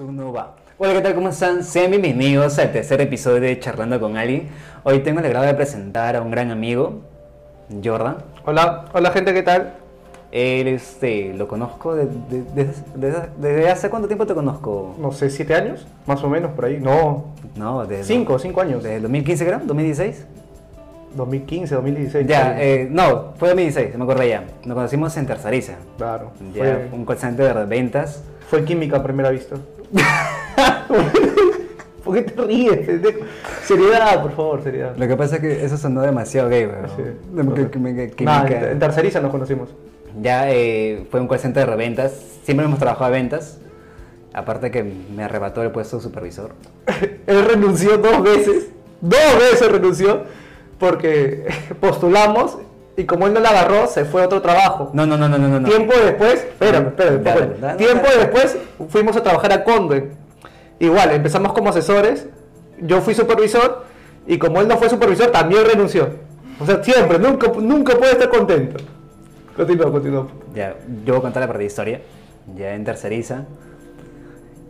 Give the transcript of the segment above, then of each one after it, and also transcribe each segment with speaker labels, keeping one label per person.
Speaker 1: uno va. Hola, ¿qué tal? ¿Cómo están? Sean bienvenidos al tercer episodio de Charlando con Ali. Hoy tengo el agrado de presentar a un gran amigo, Jordan.
Speaker 2: Hola, hola gente, ¿qué tal?
Speaker 1: Él, este, lo conozco de- de- de- desde, desde hace cuánto tiempo te conozco.
Speaker 2: No sé, siete años, más o menos por ahí. No,
Speaker 1: No, desde.
Speaker 2: cinco, cinco años.
Speaker 1: ¿Desde el 2015, creo? ¿2016?
Speaker 2: 2015, 2016. por
Speaker 1: Ya,
Speaker 2: ahí.
Speaker 1: eh, no, fue 2016, me acuerdo ya. Nos conocimos en Terceriza.
Speaker 2: claro.
Speaker 1: Ya,
Speaker 2: Fue,
Speaker 1: un call center de ventas.
Speaker 2: fue química a primera vista. ¿Por qué te ríes? pendejo? Seriedad, por favor, seriedad.
Speaker 1: Lo que pasa es que eso sonó demasiado gay, weón.
Speaker 2: Sí.
Speaker 1: Que- que- que- que-
Speaker 2: Nada,
Speaker 1: que-
Speaker 2: en, en Terceriza nos conocimos.
Speaker 1: Ya eh, fue un call center de reventas. Siempre hemos trabajado de ventas. Aparte que me arrebató el puesto de supervisor.
Speaker 2: Él renunció dos veces. Dos veces renunció. Porque postulamos y como él no la agarró, se fue a otro trabajo.
Speaker 1: No, no, no, no, no, no, no.
Speaker 2: Tiempo después, espérame, espérame,
Speaker 1: Dale,
Speaker 2: espérame.
Speaker 1: dale,
Speaker 2: Tiempo
Speaker 1: dale.
Speaker 2: después fuimos a trabajar a Conde. Igual, empezamos como asesores, yo fui supervisor y como él no fue supervisor, también renunció. O sea, siempre, nunca, nunca puede estar contento. Continúa, continúa.
Speaker 1: Ya, yo voy a contar la parte de historia. Ya en terceriza.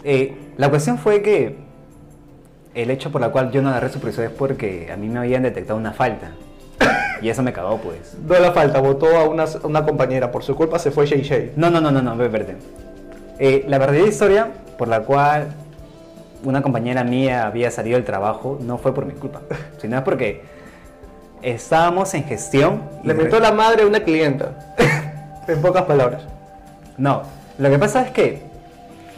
Speaker 1: Eh, la cuestión fue que el hecho por la cual yo no agarré supervisor es porque a mí me habían detectado una falta. Y eso me cagó, pues.
Speaker 2: No la falta, votó a una, a una compañera, por su culpa se fue JJ.
Speaker 1: No, no, no, no, no, espérate. Eh, la verdadera historia por la cual una compañera mía había salido del trabajo no fue por mi culpa, sino es porque estábamos en gestión. y
Speaker 2: Le
Speaker 1: de
Speaker 2: mentó la madre a una clienta. en pocas palabras.
Speaker 1: No, lo que pasa es que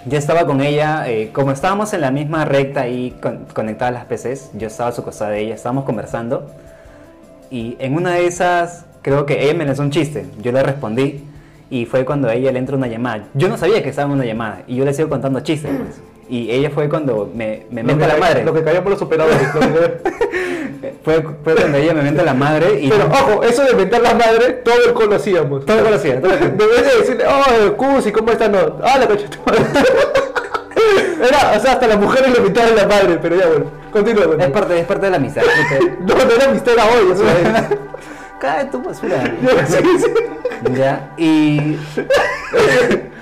Speaker 1: yo estaba con ella, eh, como estábamos en la misma recta ahí con- conectadas las PCs, yo estaba a su costado de ella, estábamos conversando y en una de esas creo que ella me lanzó un chiste, yo le respondí y fue cuando a ella le entró una llamada. Yo no sabía que estaba en una llamada y yo le sigo contando chistes pues. y ella fue cuando me, me
Speaker 2: Lo
Speaker 1: menta
Speaker 2: que
Speaker 1: la
Speaker 2: ca-
Speaker 1: madre.
Speaker 2: Lo que callamos los operadores. lo que-
Speaker 1: Fue, fue cuando ella me menta la madre y
Speaker 2: Pero ojo, eso de mentar la madre, todo lo conocíamos.
Speaker 1: todo lo conocía. todo lo conocía.
Speaker 2: Debes de decirle, oh, Cusi, ¿cómo está? No, ah, la concha de tu madre". Era, o sea, hasta las mujeres le pintaron la madre, pero ya bueno, continúa.
Speaker 1: Es
Speaker 2: continúa.
Speaker 1: parte, es parte de la amistad. ¿viste?
Speaker 2: No, no era amistad, era hoy, eso es.
Speaker 1: Cae tu basura.
Speaker 2: Ya, sí, sí.
Speaker 1: Ya, y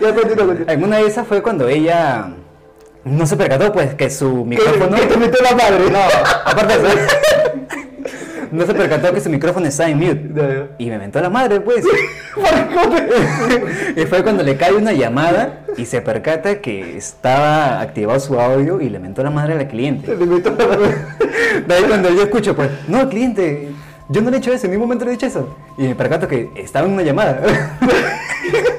Speaker 2: Ya, continúa, continúa.
Speaker 1: en una de esas fue cuando ella no se percató, pues, que su micrófono.
Speaker 2: ¿Qué, qué te pintó la madre?
Speaker 1: No, aparte de eso, no se percató que su micrófono estaba en mute.
Speaker 2: Ya, ya.
Speaker 1: Y me mentó la madre, pues.
Speaker 2: Maricón.
Speaker 1: Y fue cuando le cae una llamada y se percata que estaba activado su audio y le mentó la madre a la cliente.
Speaker 2: Le pintó la madre.
Speaker 1: De ahí cuando yo escucho, pues, no, cliente, yo no le he hecho eso, en ningún momento le he hecho eso. Y me percato que estaba en una llamada.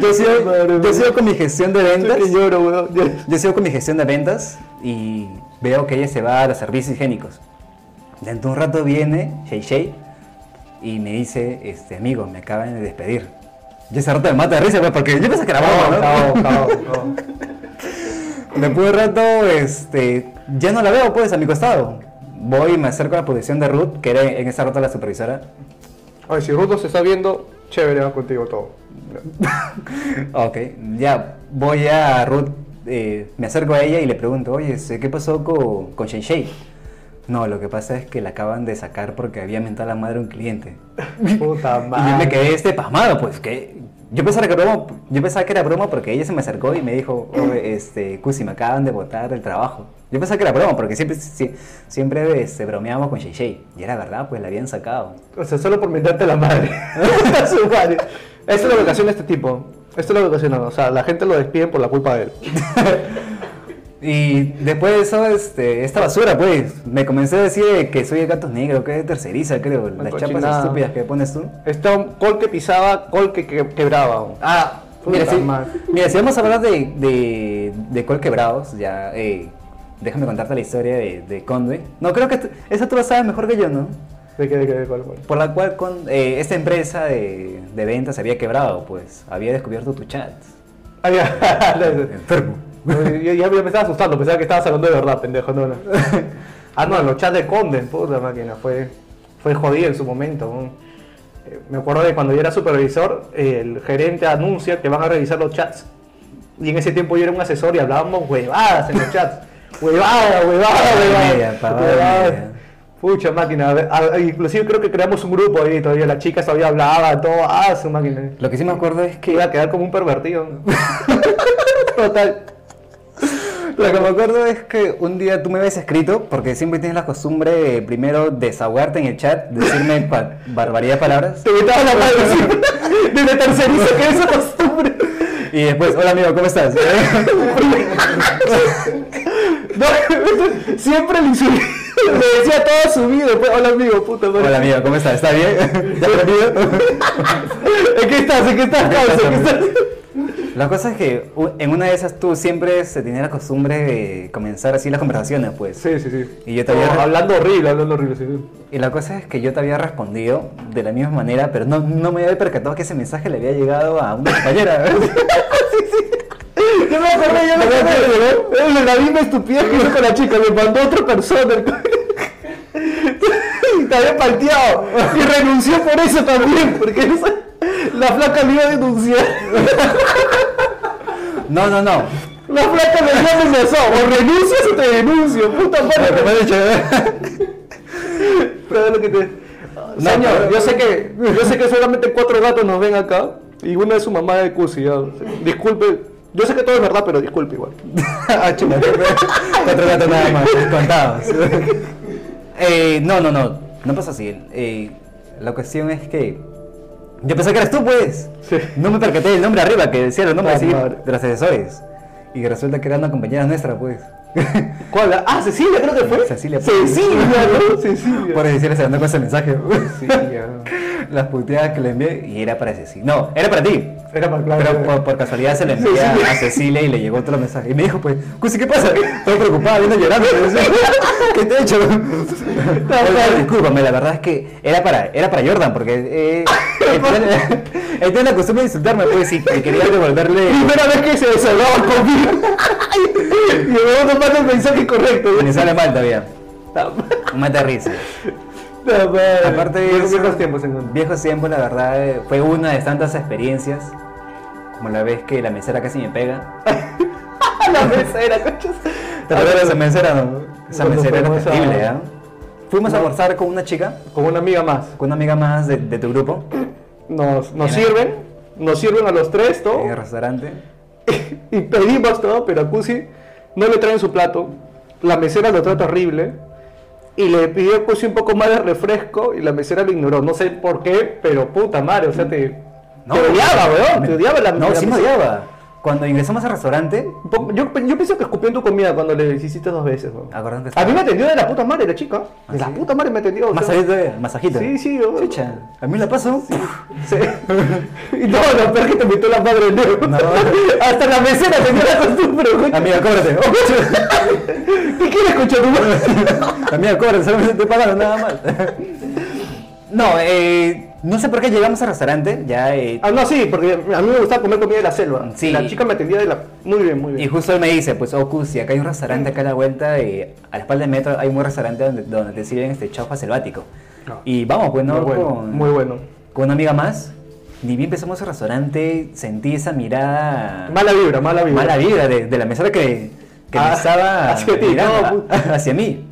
Speaker 1: yo sigo, yo sigo con mi gestión de ventas.
Speaker 2: Que lloro, weón. Ya.
Speaker 1: Yo sigo con mi gestión de ventas y veo que ella se va a los servicios higiénicos. Dentro de un rato viene Shay Shay y me dice, este amigo, me acaban de despedir. Yo ese rato me mata de risa, pues, porque yo pensé que era broma, ¿no?
Speaker 2: No, no, no.
Speaker 1: Después de rato, este, ya no la veo pues a mi costado. Voy y me acerco a la posición de Ruth, que era en esa rato la supervisora.
Speaker 2: Ay, si Ruto se está viendo, chévere, va contigo todo.
Speaker 1: Ok, ya voy a Ruth, eh, me acerco a ella y le pregunto, oye, este, ¿qué pasó con, con Shay Shay? No, lo que pasa es que la acaban de sacar porque había mentado a la madre a un cliente.
Speaker 2: Puta
Speaker 1: Y yo me
Speaker 2: madre.
Speaker 1: quedé este pasmado, pues que yo pensaba que, era broma, yo pensaba que era broma porque ella se me acercó y me dijo, oye, este, Cusi, me acaban de botar del trabajo. Yo pensaba que era broma porque siempre, si- siempre este, bromeamos con Shay Shay. Y era verdad, pues la habían sacado.
Speaker 2: O sea, solo por mentarte la madre. A su madre. Esto es lo que ocasiona este tipo. Esto es lo que ocasiona. O sea, la gente lo despiden por la culpa de él.
Speaker 1: Y después de eso, este, esta basura, pues, me comencé a decir que soy de gatos negros, que es de terceriza, creo, las chapas
Speaker 2: cochinada.
Speaker 1: estúpidas que pones tú.
Speaker 2: Está un col que pisaba, col que, que- quebraba.
Speaker 1: Ah,
Speaker 2: Puta
Speaker 1: mira, si,
Speaker 2: madre.
Speaker 1: mira, si vamos a hablar de, de, de col quebrados, ya, eh, déjame contarte la historia de, de Conde. No, creo que tú- esa tú la sabes mejor que yo, ¿no?
Speaker 2: ¿De qué, de qué, de cuál, cuál?
Speaker 1: Por la cual con, eh, esta empresa de, de ventas había quebrado, pues, había descubierto tu chat.
Speaker 2: Ah, ya. No, no.
Speaker 1: Enfermo.
Speaker 2: No, yo, yo me estaba asustando, pensaba que estabas hablando de verdad, pendejo. No, no. Ah, no, los chats de Conden, puta máquina, fue, fue jodido en su momento. ¿no? Eh, Me acuerdo de cuando yo era supervisor, eh, el gerente anuncia que van a revisar los chats. Y en ese tiempo yo era un asesor y hablábamos huevadas en los chats. Huevada, huevada,
Speaker 1: media,
Speaker 2: huevada.
Speaker 1: pavada
Speaker 2: huevada.
Speaker 1: media.
Speaker 2: Pucha máquina, a ver, a- a- inclusive creo que creamos un grupo ahí todavía, las chicas todavía hablaban, todo, ah, su máquina.
Speaker 1: Lo que sí me acuerdo es
Speaker 2: Que
Speaker 1: que
Speaker 2: iba a quedar como un pervertido. ¿no? Total.
Speaker 1: Lo que me acuerdo es que un día tú me habías escrito, porque siempre tienes la costumbre de primero desahogarte en el chat, decirme pa- barbaridad de palabras.
Speaker 2: Te metaba la madre sí. desde tercerizo que es esa costumbre.
Speaker 1: Y después, hola amigo, ¿cómo estás?
Speaker 2: No, siempre le insulté. Le decía toda su vida. Pues, hola amigo, puta madre.
Speaker 1: hola amigo, ¿cómo estás? ¿Está bien? ¿Ya perdido?
Speaker 2: ¿En qué estás? ¿En qué estás?
Speaker 1: ¿En qué
Speaker 2: Carlos?
Speaker 1: estás,
Speaker 2: ¿En qué
Speaker 1: amigo?
Speaker 2: estás?
Speaker 1: La cosa es que u- en una de esas tú siempre se tenía la costumbre de comenzar así las conversaciones, pues.
Speaker 2: Sí, sí, sí.
Speaker 1: Y yo todavía-
Speaker 2: No, hablando horrible, hablando horrible, sí, sí.
Speaker 1: Y la cosa es que yo te había respondido de la misma manera, pero no, no me había percatado que ese mensaje le había llegado a una compañera.
Speaker 2: Yo me acordé, yo me acordé, ¿no? La misma estupidez que hizo con la chica, me mandó otra persona. y también palteado. Y renunció por eso también, porque esa- la flaca me iba a denunciar.
Speaker 1: No, no, no.
Speaker 2: La flaca me iba a amenazar. O renuncias o te denuncio, puta madre. Pero es lo que te-
Speaker 1: No,
Speaker 2: Señor,
Speaker 1: pero-
Speaker 2: yo sé que yo sé que solamente cuatro gatos nos ven acá y una es su mamá de Cusi. ya. Disculpe, yo sé que todo es verdad, pero disculpe igual.
Speaker 1: Ah, chuta. Cuatro gatos nada más, contados. Eh, no, no, no. No pasa así. Eh, la cuestión es que. Yo pensé que eras tú, pues.
Speaker 2: Sí.
Speaker 1: No me percaté del nombre arriba, que decía el nombre
Speaker 2: Ah,
Speaker 1: así
Speaker 2: madre.
Speaker 1: de los asesores. Y resulta que era una compañera nuestra, pues.
Speaker 2: ¿Cuál? Ah, Cecilia, creo que fue.
Speaker 1: Cecilia, pues.
Speaker 2: Cecilia, ¿no? Cecilia.
Speaker 1: Por decirle se andó con ese mensaje.
Speaker 2: Cecilia.
Speaker 1: Las puteadas que le envié y era para Cecilia. No, era para ti.
Speaker 2: Era para claro.
Speaker 1: Pero por, por casualidad se le envié a, a Cecilia y le llegó otro mensaje. Y me dijo, pues, Cusi, ¿qué pasa? Estoy preocupada, viendo llorando. Y decía, ¿Qué te he hecho? Oye, Discúlpame, la verdad es que era para, era para Jordan, porque eh, él tiene- él tiene la costumbre de insultarme, pues, y y quería devolverle
Speaker 2: Primera vez que se desahogaba conmigo. y me voy a tomar el mensaje correcto.
Speaker 1: y me sale mal todavía. Mata risa. Aparte de eso-
Speaker 2: viejos tiempos en donde-
Speaker 1: Viejos tiempos, la verdad, eh, fue una de tantas experiencias, como la vez que la mesera casi me pega.
Speaker 2: A la mesera, cochas.
Speaker 1: ¿Te acuerdas de esa mesera? no? Esa
Speaker 2: Cuando
Speaker 1: mesera era
Speaker 2: fuimos a-
Speaker 1: terrible, ¿ah? Fuimos a
Speaker 2: ¿eh? No.
Speaker 1: almorzar con una chica,
Speaker 2: Con una amiga más.
Speaker 1: con una amiga más de, de tu grupo,
Speaker 2: Nos, nos
Speaker 1: Bien.
Speaker 2: sirven, nos sirven a los tres, todo.
Speaker 1: en el restaurante.
Speaker 2: y pedimos todo, pero a Cusi no le traen su plato. La mesera lo trata horrible. Y le pidió a Cusi un poco más de refresco y la mesera lo ignoró. No sé por qué, pero puta madre, o sea, te, te odiaba, weón. Te odiaba la,
Speaker 1: No,
Speaker 2: la
Speaker 1: sí me
Speaker 2: mesera.
Speaker 1: odiaba. Cuando ingresamos al restaurante,
Speaker 2: Un poco- Yo, yo pienso que escupió en tu comida cuando le hiciste dos veces, weón.
Speaker 1: Acordando que estaba-
Speaker 2: A mí me atendió de la puta madre la chica. De
Speaker 1: ¿Ah,
Speaker 2: la
Speaker 1: sí?
Speaker 2: puta madre me atendió. o sea,
Speaker 1: masajito, eh, masajito.
Speaker 2: Sí, sí, yo-
Speaker 1: Chucha, a mí la paso.
Speaker 2: Sí. Y no, la peor que te invitó la madre de nuevo.
Speaker 1: No.
Speaker 2: Hasta la mesera tenía la costumbre, weón.
Speaker 1: Amiga, cóbrate.
Speaker 2: ¿Qué quieres escuchar, weón?
Speaker 1: Amiga, cobra, solamente te pagaron nada más. No, eh, no sé por qué llegamos al restaurante, ya, eh,
Speaker 2: Ah, no, sí, porque a mí me gustaba comer comida de la selva.
Speaker 1: Sí.
Speaker 2: La chica me atendía de la... Muy bien, muy
Speaker 1: y
Speaker 2: bien.
Speaker 1: justo él me dice, pues, oh, Cusi, acá hay un restaurante acá a la vuelta, eh, a la espalda del metro hay un buen restaurante donde, donde te sirven este chaufa selvático.
Speaker 2: No.
Speaker 1: Y vamos, pues, ¿no?
Speaker 2: Ah. muy bueno,
Speaker 1: con,
Speaker 2: muy bueno.
Speaker 1: con una amiga más, ni bien empezamos el restaurante, sentí esa mirada,
Speaker 2: Mala vibra, Ah. mala vibra.
Speaker 1: mala vibra de, de la mesera que, que me
Speaker 2: Ah,
Speaker 1: estaba
Speaker 2: hacia ti,
Speaker 1: mirando,
Speaker 2: no, puta.
Speaker 1: hacia mí.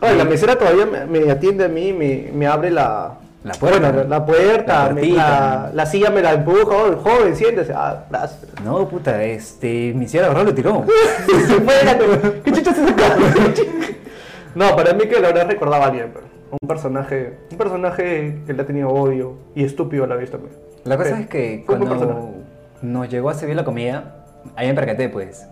Speaker 2: Oye, la mesera todavía me, me atiende a mí, me, me abre la...
Speaker 1: La puerta.
Speaker 2: Bueno, la puerta,
Speaker 1: La
Speaker 2: me-
Speaker 1: puertita.
Speaker 2: la- la silla me la empuja, "Oh, joven, siéntese. Ah, gracias.
Speaker 1: No, puta, este, mi cielo agarró, lo tiró.
Speaker 2: Se fue, era como, ¿Qué chucha se saca? No, para mí que la verdad recordaba a alguien, pero un personaje, un personaje que le ha tenido odio y estúpido a la pues. vez también.
Speaker 1: La cosa
Speaker 2: Pero,
Speaker 1: es que
Speaker 2: fue un buen
Speaker 1: cuando
Speaker 2: personaje.
Speaker 1: nos llegó a servir la comida, ahí me percaté, pues,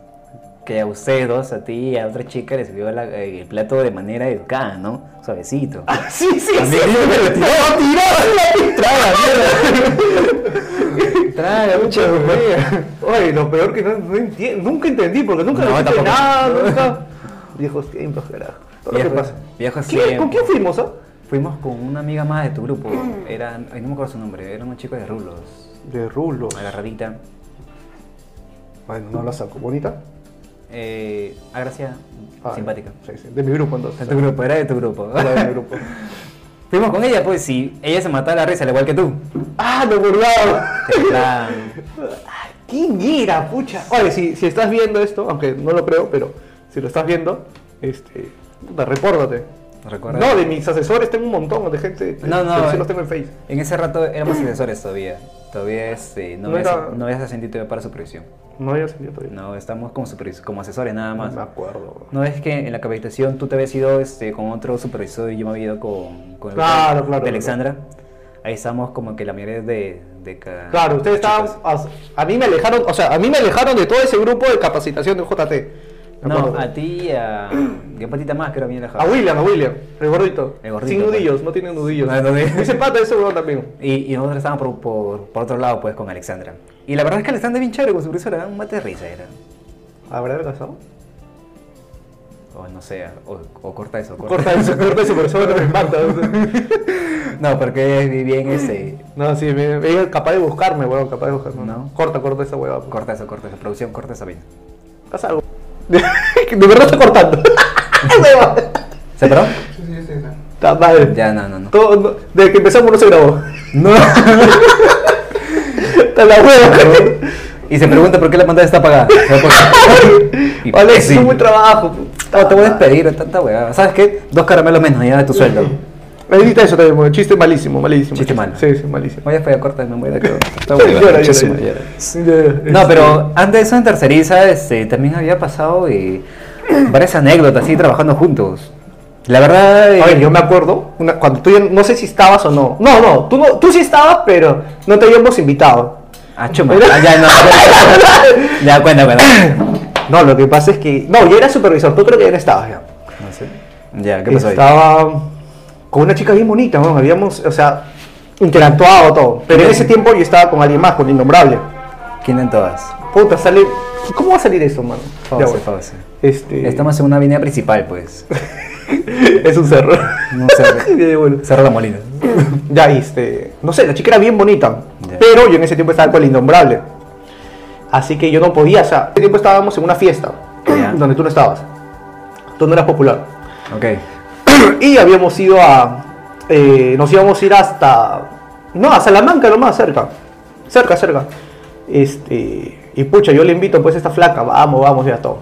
Speaker 1: que a ustedes dos, a ti y a otra chica les sirvió la- eh, el plato de manera educada, ¿no? Suavecito.
Speaker 2: Ah, sí, sí, sí.
Speaker 1: También yo me lo tiraba.
Speaker 2: Lo tiraba, lo tiraba.
Speaker 1: Trae, mucha
Speaker 2: Oye, lo peor que no, no entiendo, nunca entendí, porque nunca
Speaker 1: No,
Speaker 2: le dijiste
Speaker 1: tampoco.
Speaker 2: nada, nunca. Viejos tiempos, carajo. Todo lo que
Speaker 1: Viejos-
Speaker 2: pasa.
Speaker 1: viejos
Speaker 2: ¿Quién-
Speaker 1: tiempos.
Speaker 2: ¿Con quién fuimos, ah?
Speaker 1: Fuimos con una amiga más de tu grupo, era, ay, no me acuerdo su nombre, era un chico de rulos,
Speaker 2: De rulos.
Speaker 1: agarradita,
Speaker 2: Bueno, no la saco. ¿Bonita?
Speaker 1: eh, agraciada,
Speaker 2: Ah,
Speaker 1: simpática.
Speaker 2: Sí, sí. De mi grupo, entonces.
Speaker 1: De tu grupo, era de tu grupo.
Speaker 2: Era de mi grupo.
Speaker 1: Fuimos con ella, pues, y ella se mataba la risa, al igual que tú.
Speaker 2: ¡Ah, lo burlaba!
Speaker 1: En plan,
Speaker 2: ¿Quién era, pucha? Oye, si, si estás viendo esto, aunque no lo creo, pero si lo estás viendo, este, puta, repórtate.
Speaker 1: Recuerda.
Speaker 2: No, de mis asesores tengo un montón de gente.
Speaker 1: No, no,
Speaker 2: pero sí
Speaker 1: eh.
Speaker 2: los tengo en Facebook. Mm.
Speaker 1: En ese rato éramos asesores todavía. Todavía este, no,
Speaker 2: No
Speaker 1: había,
Speaker 2: era-
Speaker 1: no había Assassin's Creed para supervisión.
Speaker 2: No había sentido todavía.
Speaker 1: No, estamos como, supervis- como asesores nada más.
Speaker 2: me acuerdo.
Speaker 1: No es que en la capacitación tú te habías ido este, con otro supervisor y yo me había ido con, con el otro-
Speaker 2: Claro, claro, claro.
Speaker 1: de Alexandra. Ahí estamos como que la mayoría de... de ca-
Speaker 2: Claro, ustedes estaban.
Speaker 1: chicos.
Speaker 2: as- A, mí me alejaron, o sea, a mí me alejaron de todo ese grupo de capacitación del JT. Me
Speaker 1: No,
Speaker 2: acuerdo. Ah,
Speaker 1: a ti y a... y a patita más, creo, bien
Speaker 2: A
Speaker 1: alejado.
Speaker 2: William, a William, el gordito.
Speaker 1: El gordito,
Speaker 2: Sin
Speaker 1: pues.
Speaker 2: nudillos, no tiene nudillos.
Speaker 1: No, no tiene.
Speaker 2: Ese pata, ese weón también.
Speaker 1: Y, y nosotros estábamos por, por, por otro lado, pues, con Alexandra. Y la verdad es que Alexandra es bien chévere con su profesora, era un mate de risa, era.
Speaker 2: ¿Habrá adelgazado?
Speaker 1: O no sé, o, o corta eso, corta.
Speaker 2: Corta eso, corta eso, por eso no me impacta.
Speaker 1: No, porque es bien este, ese...
Speaker 2: No, sí, me, ella es capaz de buscarme, weón, capaz de buscarme.
Speaker 1: No.
Speaker 2: Corta, corta esa weá. pues.
Speaker 1: Corta eso, corta eso, producción, corta esa vaina.
Speaker 2: Haz algo. De verdad está cortando. Esa weá.
Speaker 1: ¿Se paró?
Speaker 2: Está madre.
Speaker 1: Ya, no, no, no.
Speaker 2: Todo- no- desde que empezamos no se grabó.
Speaker 1: No.
Speaker 2: Está la weá.
Speaker 1: Y se pregunta por qué la pantalla está apagada. Y
Speaker 2: Vale,
Speaker 1: pues,
Speaker 2: es
Speaker 1: sí.
Speaker 2: un buen trabajo.
Speaker 1: No, Ah, te voy a despedir de tanta huevada. ¿Sabes qué? Dos caramelos menos ya de tu sueldo.
Speaker 2: Edita eso también, weón. Chiste malísimo, malísimo.
Speaker 1: Chiste malo.
Speaker 2: Sí, sí, malísimo.
Speaker 1: Voy a fallar corta me voy de acá. Está
Speaker 2: Llora,
Speaker 1: huevada,
Speaker 2: llora,
Speaker 1: muchísimo,
Speaker 2: llora.
Speaker 1: llora.
Speaker 2: Sí, llora.
Speaker 1: No, pero antes de eso en terceriza este, también había pasado eh, varias anécdotas así trabajando juntos. La verdad. eh,
Speaker 2: A ver, yo me acuerdo, una- cuando tú, ya- no sé si estabas o no. No, no, tú, no, tú sí estabas, pero no te habíamos invitado.
Speaker 1: Ah, chuma. Ah, ya, no. Ya, ya, cuenta, cuenta.
Speaker 2: No, lo que pasa es que. No, yo era supervisor, tú creo que ya no estabas. Ya.
Speaker 1: No sé. Ya, ¿qué pasó ahí?
Speaker 2: Estaba con una chica bien bonita, ¿no? habíamos, o sea, interactuado todo. Pero en ese tiempo yo estaba con alguien más, con Innombrable.
Speaker 1: ¿Quién en todas?
Speaker 2: Puta, sale. ¿Cómo va a salir eso, mano? Ya,
Speaker 1: Fauce,
Speaker 2: bueno.
Speaker 1: Fauce.
Speaker 2: Este.
Speaker 1: Estamos en una avenida principal, pues.
Speaker 2: Es un cerro.
Speaker 1: No sé.
Speaker 2: Ya, bueno.
Speaker 1: Cerro la Molina.
Speaker 2: Ya, este, no sé, la chica era bien bonita,
Speaker 1: Ya.
Speaker 2: pero yo en ese tiempo estaba con el innombrable. Así que yo no podía, o sea, en ese tiempo estábamos en una fiesta
Speaker 1: Ya.
Speaker 2: donde tú no estabas. Tú no eras popular.
Speaker 1: Ok.
Speaker 2: y habíamos ido a eh, nos íbamos a ir hasta no, a Salamanca lo más cerca. Cerca, cerca. Este, y pucha, yo le invito pues a esta flaca, vamos, vamos, ya todo.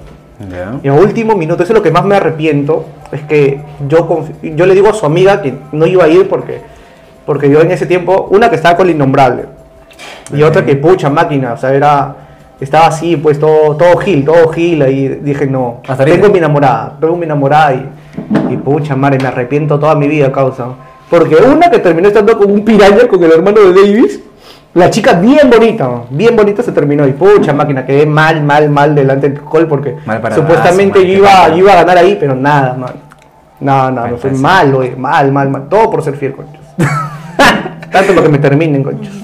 Speaker 1: Ya.
Speaker 2: Y a último minuto, eso es lo que más me arrepiento, es que yo, confi- yo le digo a su amiga que no iba a ir porque, porque yo en ese tiempo, una que estaba con el innombrable y otra que pucha máquina, o sea, era, estaba así, pues todo, todo gil, todo gil, ahí dije no,
Speaker 1: Hasta ahorita.
Speaker 2: tengo mi enamorada, tengo mi enamorada y, y pucha madre, me arrepiento toda mi vida, causa. Porque una que terminó estando con un piraña, con el hermano de Davis, la chica bien bonita, bien bonita se terminó y pucha máquina, quedé mal, mal, mal delante del col porque
Speaker 1: Mal paradazo,
Speaker 2: Supuestamente
Speaker 1: man,
Speaker 2: yo
Speaker 1: qué
Speaker 2: iba,
Speaker 1: paja.
Speaker 2: yo iba a ganar ahí, pero nada, man. No, no, me fue
Speaker 1: Fantástico.
Speaker 2: mal, oye, mal, mal, mal. Todo por ser fiel, conchos. Tanto lo que me terminen, conchos.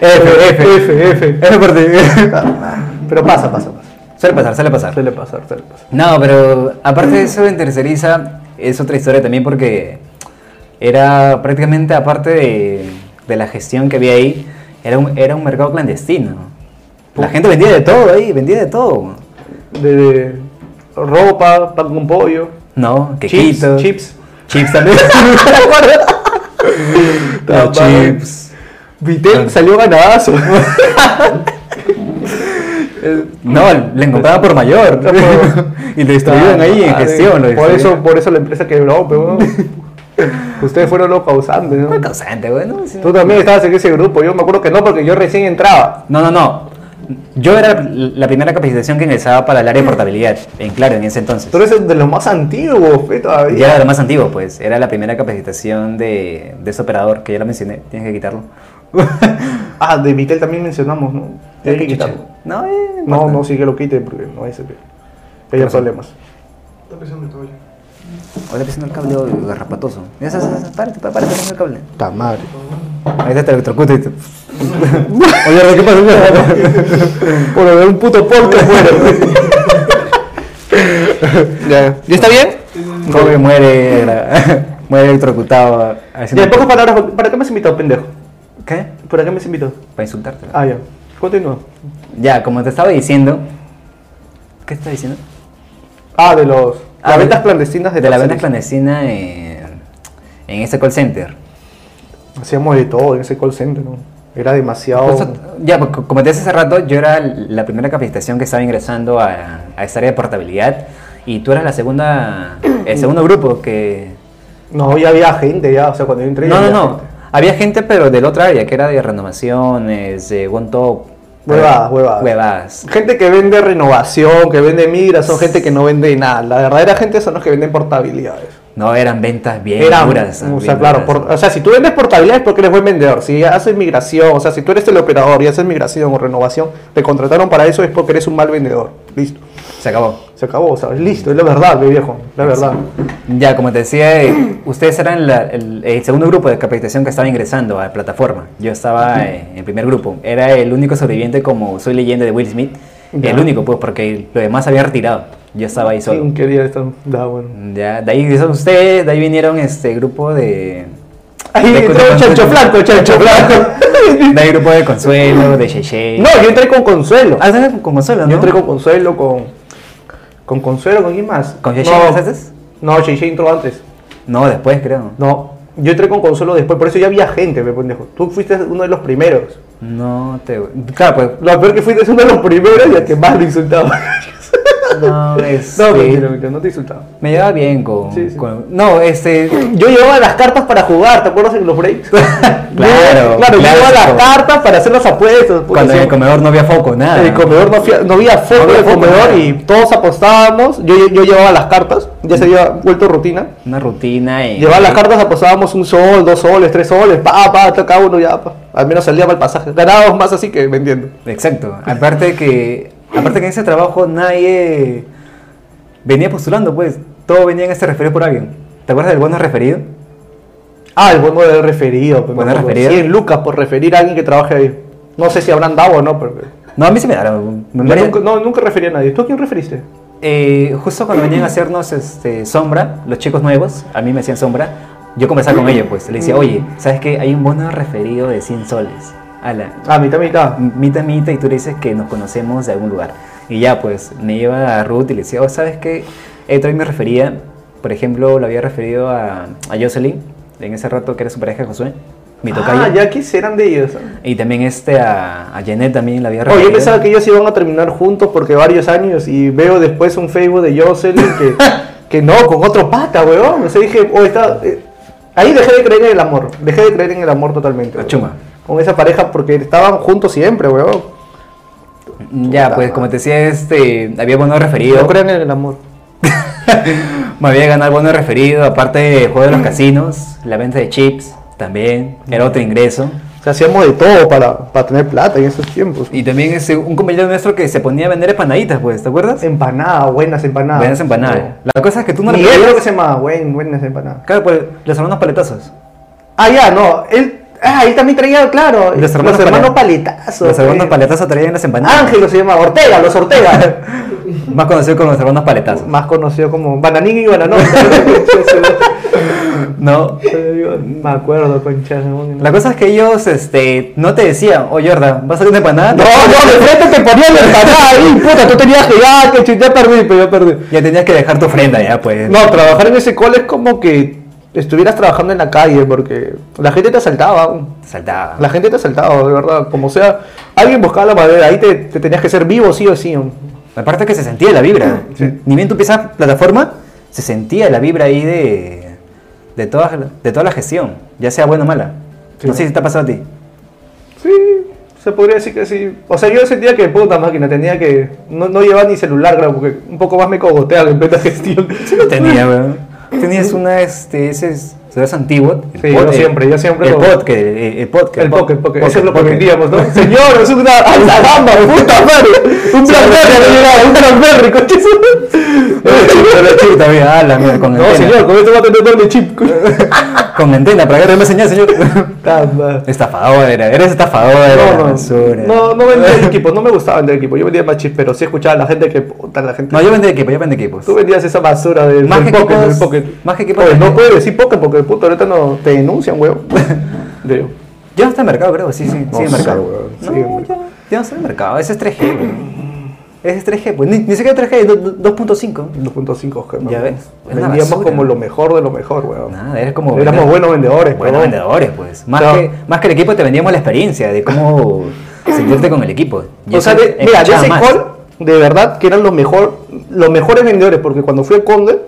Speaker 1: F, F.
Speaker 2: F, F.
Speaker 1: Es por ti.
Speaker 2: Pero pasa, pasa, pasa.
Speaker 1: Suele pasar, suele pasar.
Speaker 2: Suele pasar, suele pasar.
Speaker 1: No, pero aparte de eso en terceriza es otra historia también porque era prácticamente aparte de, de la gestión que había ahí, era un, era un mercado clandestino. La gente vendía de todo ahí, vendía de todo.
Speaker 2: De, de ropa, pan con pollo,
Speaker 1: No,
Speaker 2: chips,
Speaker 1: quequitos.
Speaker 2: chips.
Speaker 1: Chips también.
Speaker 2: Puta
Speaker 1: Los
Speaker 2: madre.
Speaker 1: chips. Ah.
Speaker 2: Vitel salió ganadazo.
Speaker 1: No, le encontraba por mayor. y lo distribuían ahí en
Speaker 2: Madre,
Speaker 1: gestión. lo
Speaker 2: Ah, Por eso,
Speaker 1: distribuían.
Speaker 2: por eso la empresa quebró, pero ustedes fueron los causantes, ¿no?
Speaker 1: Fue causante, güey, ¿no? Sí.
Speaker 2: Tú también estabas en ese grupo, yo me acuerdo que no, porque yo recién entraba.
Speaker 1: No, no, no. Yo era la primera capacitación que ingresaba para el área de portabilidad, en claro, en ese entonces.
Speaker 2: Tú eres de los más antiguos, fe,
Speaker 1: Ya
Speaker 2: todavía.
Speaker 1: era lo más antiguo, pues. Era la primera capacitación de, de ese operador, que ya lo mencioné. Tienes que quitarlo.
Speaker 2: Ah, de Vitel también mencionamos, ¿no? Hay que quitarlo.
Speaker 1: No, eh,
Speaker 2: No,
Speaker 1: importa.
Speaker 2: no, sí que lo quite, porque no hay ese pe- que haya
Speaker 1: Pero sí.
Speaker 2: problemas.
Speaker 3: Está pensando todo ya.
Speaker 1: Ahora pisando el cable garrapatoso. Ya, ya, ya, ya, Párate, pa- párate, pon el cable.
Speaker 2: Ta madre.
Speaker 1: Ahí te electrocuta y te...
Speaker 2: Oye, ¿qué pasó? Por ver un puto porco fuera. ya. ¿Ya está bien?
Speaker 1: Como que muere, la- muere electrocutado.
Speaker 2: Ya,
Speaker 1: haciendo-
Speaker 2: en pocas palabras, ¿para qué me has invitado, pendejo?
Speaker 1: ¿Qué?
Speaker 2: ¿Para qué me has invitado?
Speaker 1: Para insultarte.
Speaker 2: Ah, ya. Continúa.
Speaker 1: Ya, como te estaba diciendo... ¿Qué estaba diciendo?
Speaker 2: Ah, de los.
Speaker 1: Ah,
Speaker 2: las
Speaker 1: de-
Speaker 2: ventas clandestinas
Speaker 1: de la venta
Speaker 2: terceros.
Speaker 1: clandestina en, en ese call center.
Speaker 2: Hacíamos de todo en ese call center, ¿no? Era demasiado.
Speaker 1: Justo- ya, pues, co- como te decía hace rato, yo era la primera capacitación que estaba ingresando a, a esa área de portabilidad y tú eras la segunda, el segundo grupo que...
Speaker 2: No, ya había gente, ya, o sea, cuando yo entré.
Speaker 1: No,
Speaker 2: ya
Speaker 1: no,
Speaker 2: había
Speaker 1: no.
Speaker 2: gente.
Speaker 1: Había gente, pero del otra área, que era de renovaciones, de One Top.
Speaker 2: Huevadas,
Speaker 1: eh,
Speaker 2: huevadas.
Speaker 1: Huevadas.
Speaker 2: Gente que vende renovación, que vende migra, son gente que no vende nada. La verdadera gente son los que venden portabilidades.
Speaker 1: No, eran ventas bien
Speaker 2: Eran,
Speaker 1: duras.
Speaker 2: o sea,
Speaker 1: bien
Speaker 2: claro,
Speaker 1: duras.
Speaker 2: por- o sea, si tú vendes portabilidades porque eres buen vendedor, si haces migración, o sea, si tú eres el operador y haces migración o renovación, te contrataron para eso es porque eres un mal vendedor. Listo.
Speaker 1: Se acabó.
Speaker 2: Se acabó, ¿sabes? Listo, es la verdad, mi viejo, la verdad.
Speaker 1: Ya, como te decía, eh, ustedes eran la- el, el segundo grupo de capacitación que estaba ingresando a la plataforma. Yo estaba eh, en el primer grupo. Era el único sobreviviente como Soy Leyenda de Will Smith.
Speaker 2: Ya.
Speaker 1: El único, pues, porque los demás se habían retirado. Yo estaba ahí solo.
Speaker 2: ¿Quién quería estar? Da, bueno.
Speaker 1: Ya, de ahí son ustedes, de ahí vinieron este grupo de...
Speaker 2: Ahí
Speaker 1: de
Speaker 2: entró
Speaker 1: Consuelo.
Speaker 2: Chancho Flaco, Chancho Flaco.
Speaker 1: De ahí grupo de Consuelo, de Cheche.
Speaker 2: No, yo entré con Consuelo.
Speaker 1: Ah, ¿sabes? con Consuelo, ¿no?
Speaker 2: Yo entré con Consuelo, con. Con Consuelo, ¿con quién más?
Speaker 1: ¿Con Yashin
Speaker 2: no,
Speaker 1: empezaste?
Speaker 2: No, Yashin entró antes.
Speaker 1: No, después creo.
Speaker 2: No, yo entré con Consuelo después, por eso ya había gente, me pendejo. Tú fuiste uno de los primeros.
Speaker 1: No te... Claro, pues...
Speaker 2: Lo peor que fuiste es uno de los primeros y al que más le insultaba.
Speaker 1: No, este,
Speaker 2: no, mentira, mentira, no te insultaba.
Speaker 1: Me llevaba bien con...
Speaker 2: Sí, sí.
Speaker 1: con- no, este...
Speaker 2: Yo llevaba las cartas para jugar, ¿te acuerdas en los breaks? claro, claro, yo llevaba las
Speaker 1: clásico.
Speaker 2: cartas para hacer las apuestas. puta,
Speaker 1: Cuando en el
Speaker 2: sí.
Speaker 1: comedor no había foco, nada.
Speaker 2: En el comedor no, fia- Ah. no había foco
Speaker 1: No había
Speaker 2: en el
Speaker 1: foco,
Speaker 2: comedor
Speaker 1: nada.
Speaker 2: y todos apostábamos. Yo, yo llevaba las cartas, ya se había vuelto rutina.
Speaker 1: Una rutina y...
Speaker 2: Llevaba las cartas, apostábamos un sol, dos soles, tres soles, pa, pa, hasta cada uno ya, pa. Al menos salía para el pasaje. Ganábamos más así que vendiendo.
Speaker 1: Exacto. Aparte que, aparte que en ese trabajo nadie venía postulando, pues. Todo venía en este referido por alguien. ¿Te acuerdas del bono referido?
Speaker 2: Ah, el bono del referido. pues,
Speaker 1: Bono
Speaker 2: me acuerdo.
Speaker 1: referido.
Speaker 2: 100 lucas por referir a alguien que trabaje ahí. No sé si habrán dado o no, pero...
Speaker 1: No, a mí sí me daron. me
Speaker 2: Yo
Speaker 1: varias-
Speaker 2: nunca, no, nunca referí a nadie. ¿Tú a quién referiste?
Speaker 1: Eh, justo cuando venían a hacernos este, sombra, los chicos nuevos, a mí me hacían sombra, yo conversaba con ellos, pues. Le decía, oye, ¿sabes qué? Hay un bono referido de 100 soles. Ala,
Speaker 2: A Ah, mitad, mitad.
Speaker 1: mita, mita, y tú le dices que nos conocemos de algún lugar. Y ya, pues, me lleva a Ruth y le decía, oh, ¿sabes qué? Esto me refería, por ejemplo, lo había referido a, a Jocelyn, en ese rato que era su pareja de Josué, mi tocaya.
Speaker 2: Ah, ya, ¿qué serán de ellos?
Speaker 1: Y también este a, a Janet también la había
Speaker 2: Oh,
Speaker 1: referido.
Speaker 2: yo pensaba que ellos iban a terminar juntos porque varios años y veo después un Facebook de Jocelyn que, que no, con otro pata, weón. O sea, dije, oh, está... eh, Ahí dejé de creer en el amor, dejé de creer en el amor totalmente.
Speaker 1: La
Speaker 2: weón.
Speaker 1: chuma.
Speaker 2: Con esa pareja porque estaban juntos siempre, weón.
Speaker 1: Ya, pues, como te decía, este, había bono referido.
Speaker 2: No crean en el amor.
Speaker 1: Me había ganado bono referido, aparte de juego de los casinos, la venta de chips también, era otro ingreso.
Speaker 2: O sea, hacíamos de todo para, para tener plata en esos tiempos.
Speaker 1: Y también este, un compañero nuestro que se ponía a vender empanaditas, pues, ¿te acuerdas?
Speaker 2: Empanadas, buenas empanadas.
Speaker 1: Buenas empanadas. La cosa es que tú no
Speaker 2: No. Miguel
Speaker 1: pedías-
Speaker 2: creo que se llama, buen, buenas empanadas.
Speaker 1: Claro, pues los hermanos paletazos.
Speaker 2: Ah, ya, no. Él, ah, él también traía, claro.
Speaker 1: Los hermanos pale-
Speaker 2: paletazos.
Speaker 1: Los hermanos
Speaker 2: eh.
Speaker 1: paletazos traían las empanadas.
Speaker 2: Ángelo se llama Ortega, los Ortega.
Speaker 1: Más conocido como los hermanos paletazos.
Speaker 2: Más conocido como Bananín y Bananón.
Speaker 1: No.
Speaker 2: Me acuerdo, concha. No, no,
Speaker 1: La cosa es que ellos este, no te decían, oh Jordan, ¿vas a hacer una empanada?
Speaker 2: de frente te ponían la empanada ahí, puta, tú tenías que ya, que ch- ya perdí, pero ya perdí.
Speaker 1: Ya tenías que dejar tu ofrenda, ya, pues.
Speaker 2: No, trabajar en ese cole es como que estuvieras trabajando en la calle, porque la gente te asaltaba.
Speaker 1: Saltaba.
Speaker 2: La gente te asaltaba, de verdad. Como sea, alguien buscaba la madera, ahí te, te tenías que ser vivo, sí o sí.
Speaker 1: Aparte que se sentía la vibra. Ni bien tú empiezas la plataforma, se sentía la vibra ahí de, de, toda, de toda la gestión, ya sea buena o mala.
Speaker 2: Sí.
Speaker 1: No sé si te ha pasado a ti.
Speaker 2: Sí, se podría decir que sí. O sea, yo sentía que puta máquina, tenía que. No, no llevaba ni celular, claro, porque un poco más me cogoteaba en plena gestión. Sí,
Speaker 1: Yo tenía, weón. Tenías una, este, ese es- celular antiguo. el
Speaker 2: Sí, yo
Speaker 1: el-
Speaker 2: siempre, yo siempre
Speaker 1: El
Speaker 2: lo-
Speaker 1: pod, que, eh, el, el pod, que-
Speaker 2: El pocket, pocket, eso es lo que
Speaker 1: pocket.
Speaker 2: vendíamos, ¿no? Señor, es una alta gama, puta madre. Un Blackberry me llegaba, un Blackberry, coche.
Speaker 1: No, el chip, no, el chip también, ah, la mierda, con
Speaker 2: No,
Speaker 1: antena.
Speaker 2: señor, con esto va a tener doble chip.
Speaker 1: Con antena, para que no me señal, señor. estafador, era, eres estafador, era la
Speaker 2: No, no,
Speaker 1: basura.
Speaker 2: no, no vendía el equipo, no me gustaba vender equipo. Yo vendía más chips, pero sí escuchaba a la gente que puta, la gente.
Speaker 1: No, yo vendí equipos, yo vendí equipos.
Speaker 2: Tú vendías esa basura del,
Speaker 1: Más
Speaker 2: del
Speaker 1: que
Speaker 2: pocket,
Speaker 1: equipos-
Speaker 2: del pocket.
Speaker 1: más que equipos
Speaker 2: Oye,
Speaker 1: de-
Speaker 2: no puedo decir pocket porque puto, ahorita no te denuncian, weón. Digo,
Speaker 1: Ya no está en mercado, creo. Sí, sí, sí, en
Speaker 2: sé,
Speaker 1: mercado.
Speaker 2: weón,
Speaker 1: No,
Speaker 2: sí, weón.
Speaker 1: ya, ya no está en mercado. Ese es 3G, weón. Ese es 3G, pues. Ni, ni siquiera 3G, do- do- 2.5.
Speaker 2: 2.5 G.
Speaker 1: Ya
Speaker 2: weón.
Speaker 1: ves, es una
Speaker 2: Vendíamos
Speaker 1: basura.
Speaker 2: como lo mejor de lo mejor, weón.
Speaker 1: Nada, eres como.
Speaker 2: Éramos buenos vendedores,
Speaker 1: Buenos
Speaker 2: weón.
Speaker 1: vendedores, pues. Más,
Speaker 2: No.
Speaker 1: que, más que el equipo, te vendíamos la experiencia de cómo sentirte con el equipo. Y
Speaker 2: O
Speaker 1: eso
Speaker 2: sea, de- mira, de
Speaker 1: escuchaba
Speaker 2: ese
Speaker 1: más.
Speaker 2: call, de verdad que eran los, mejor, los mejores vendedores, porque cuando fui al Conde,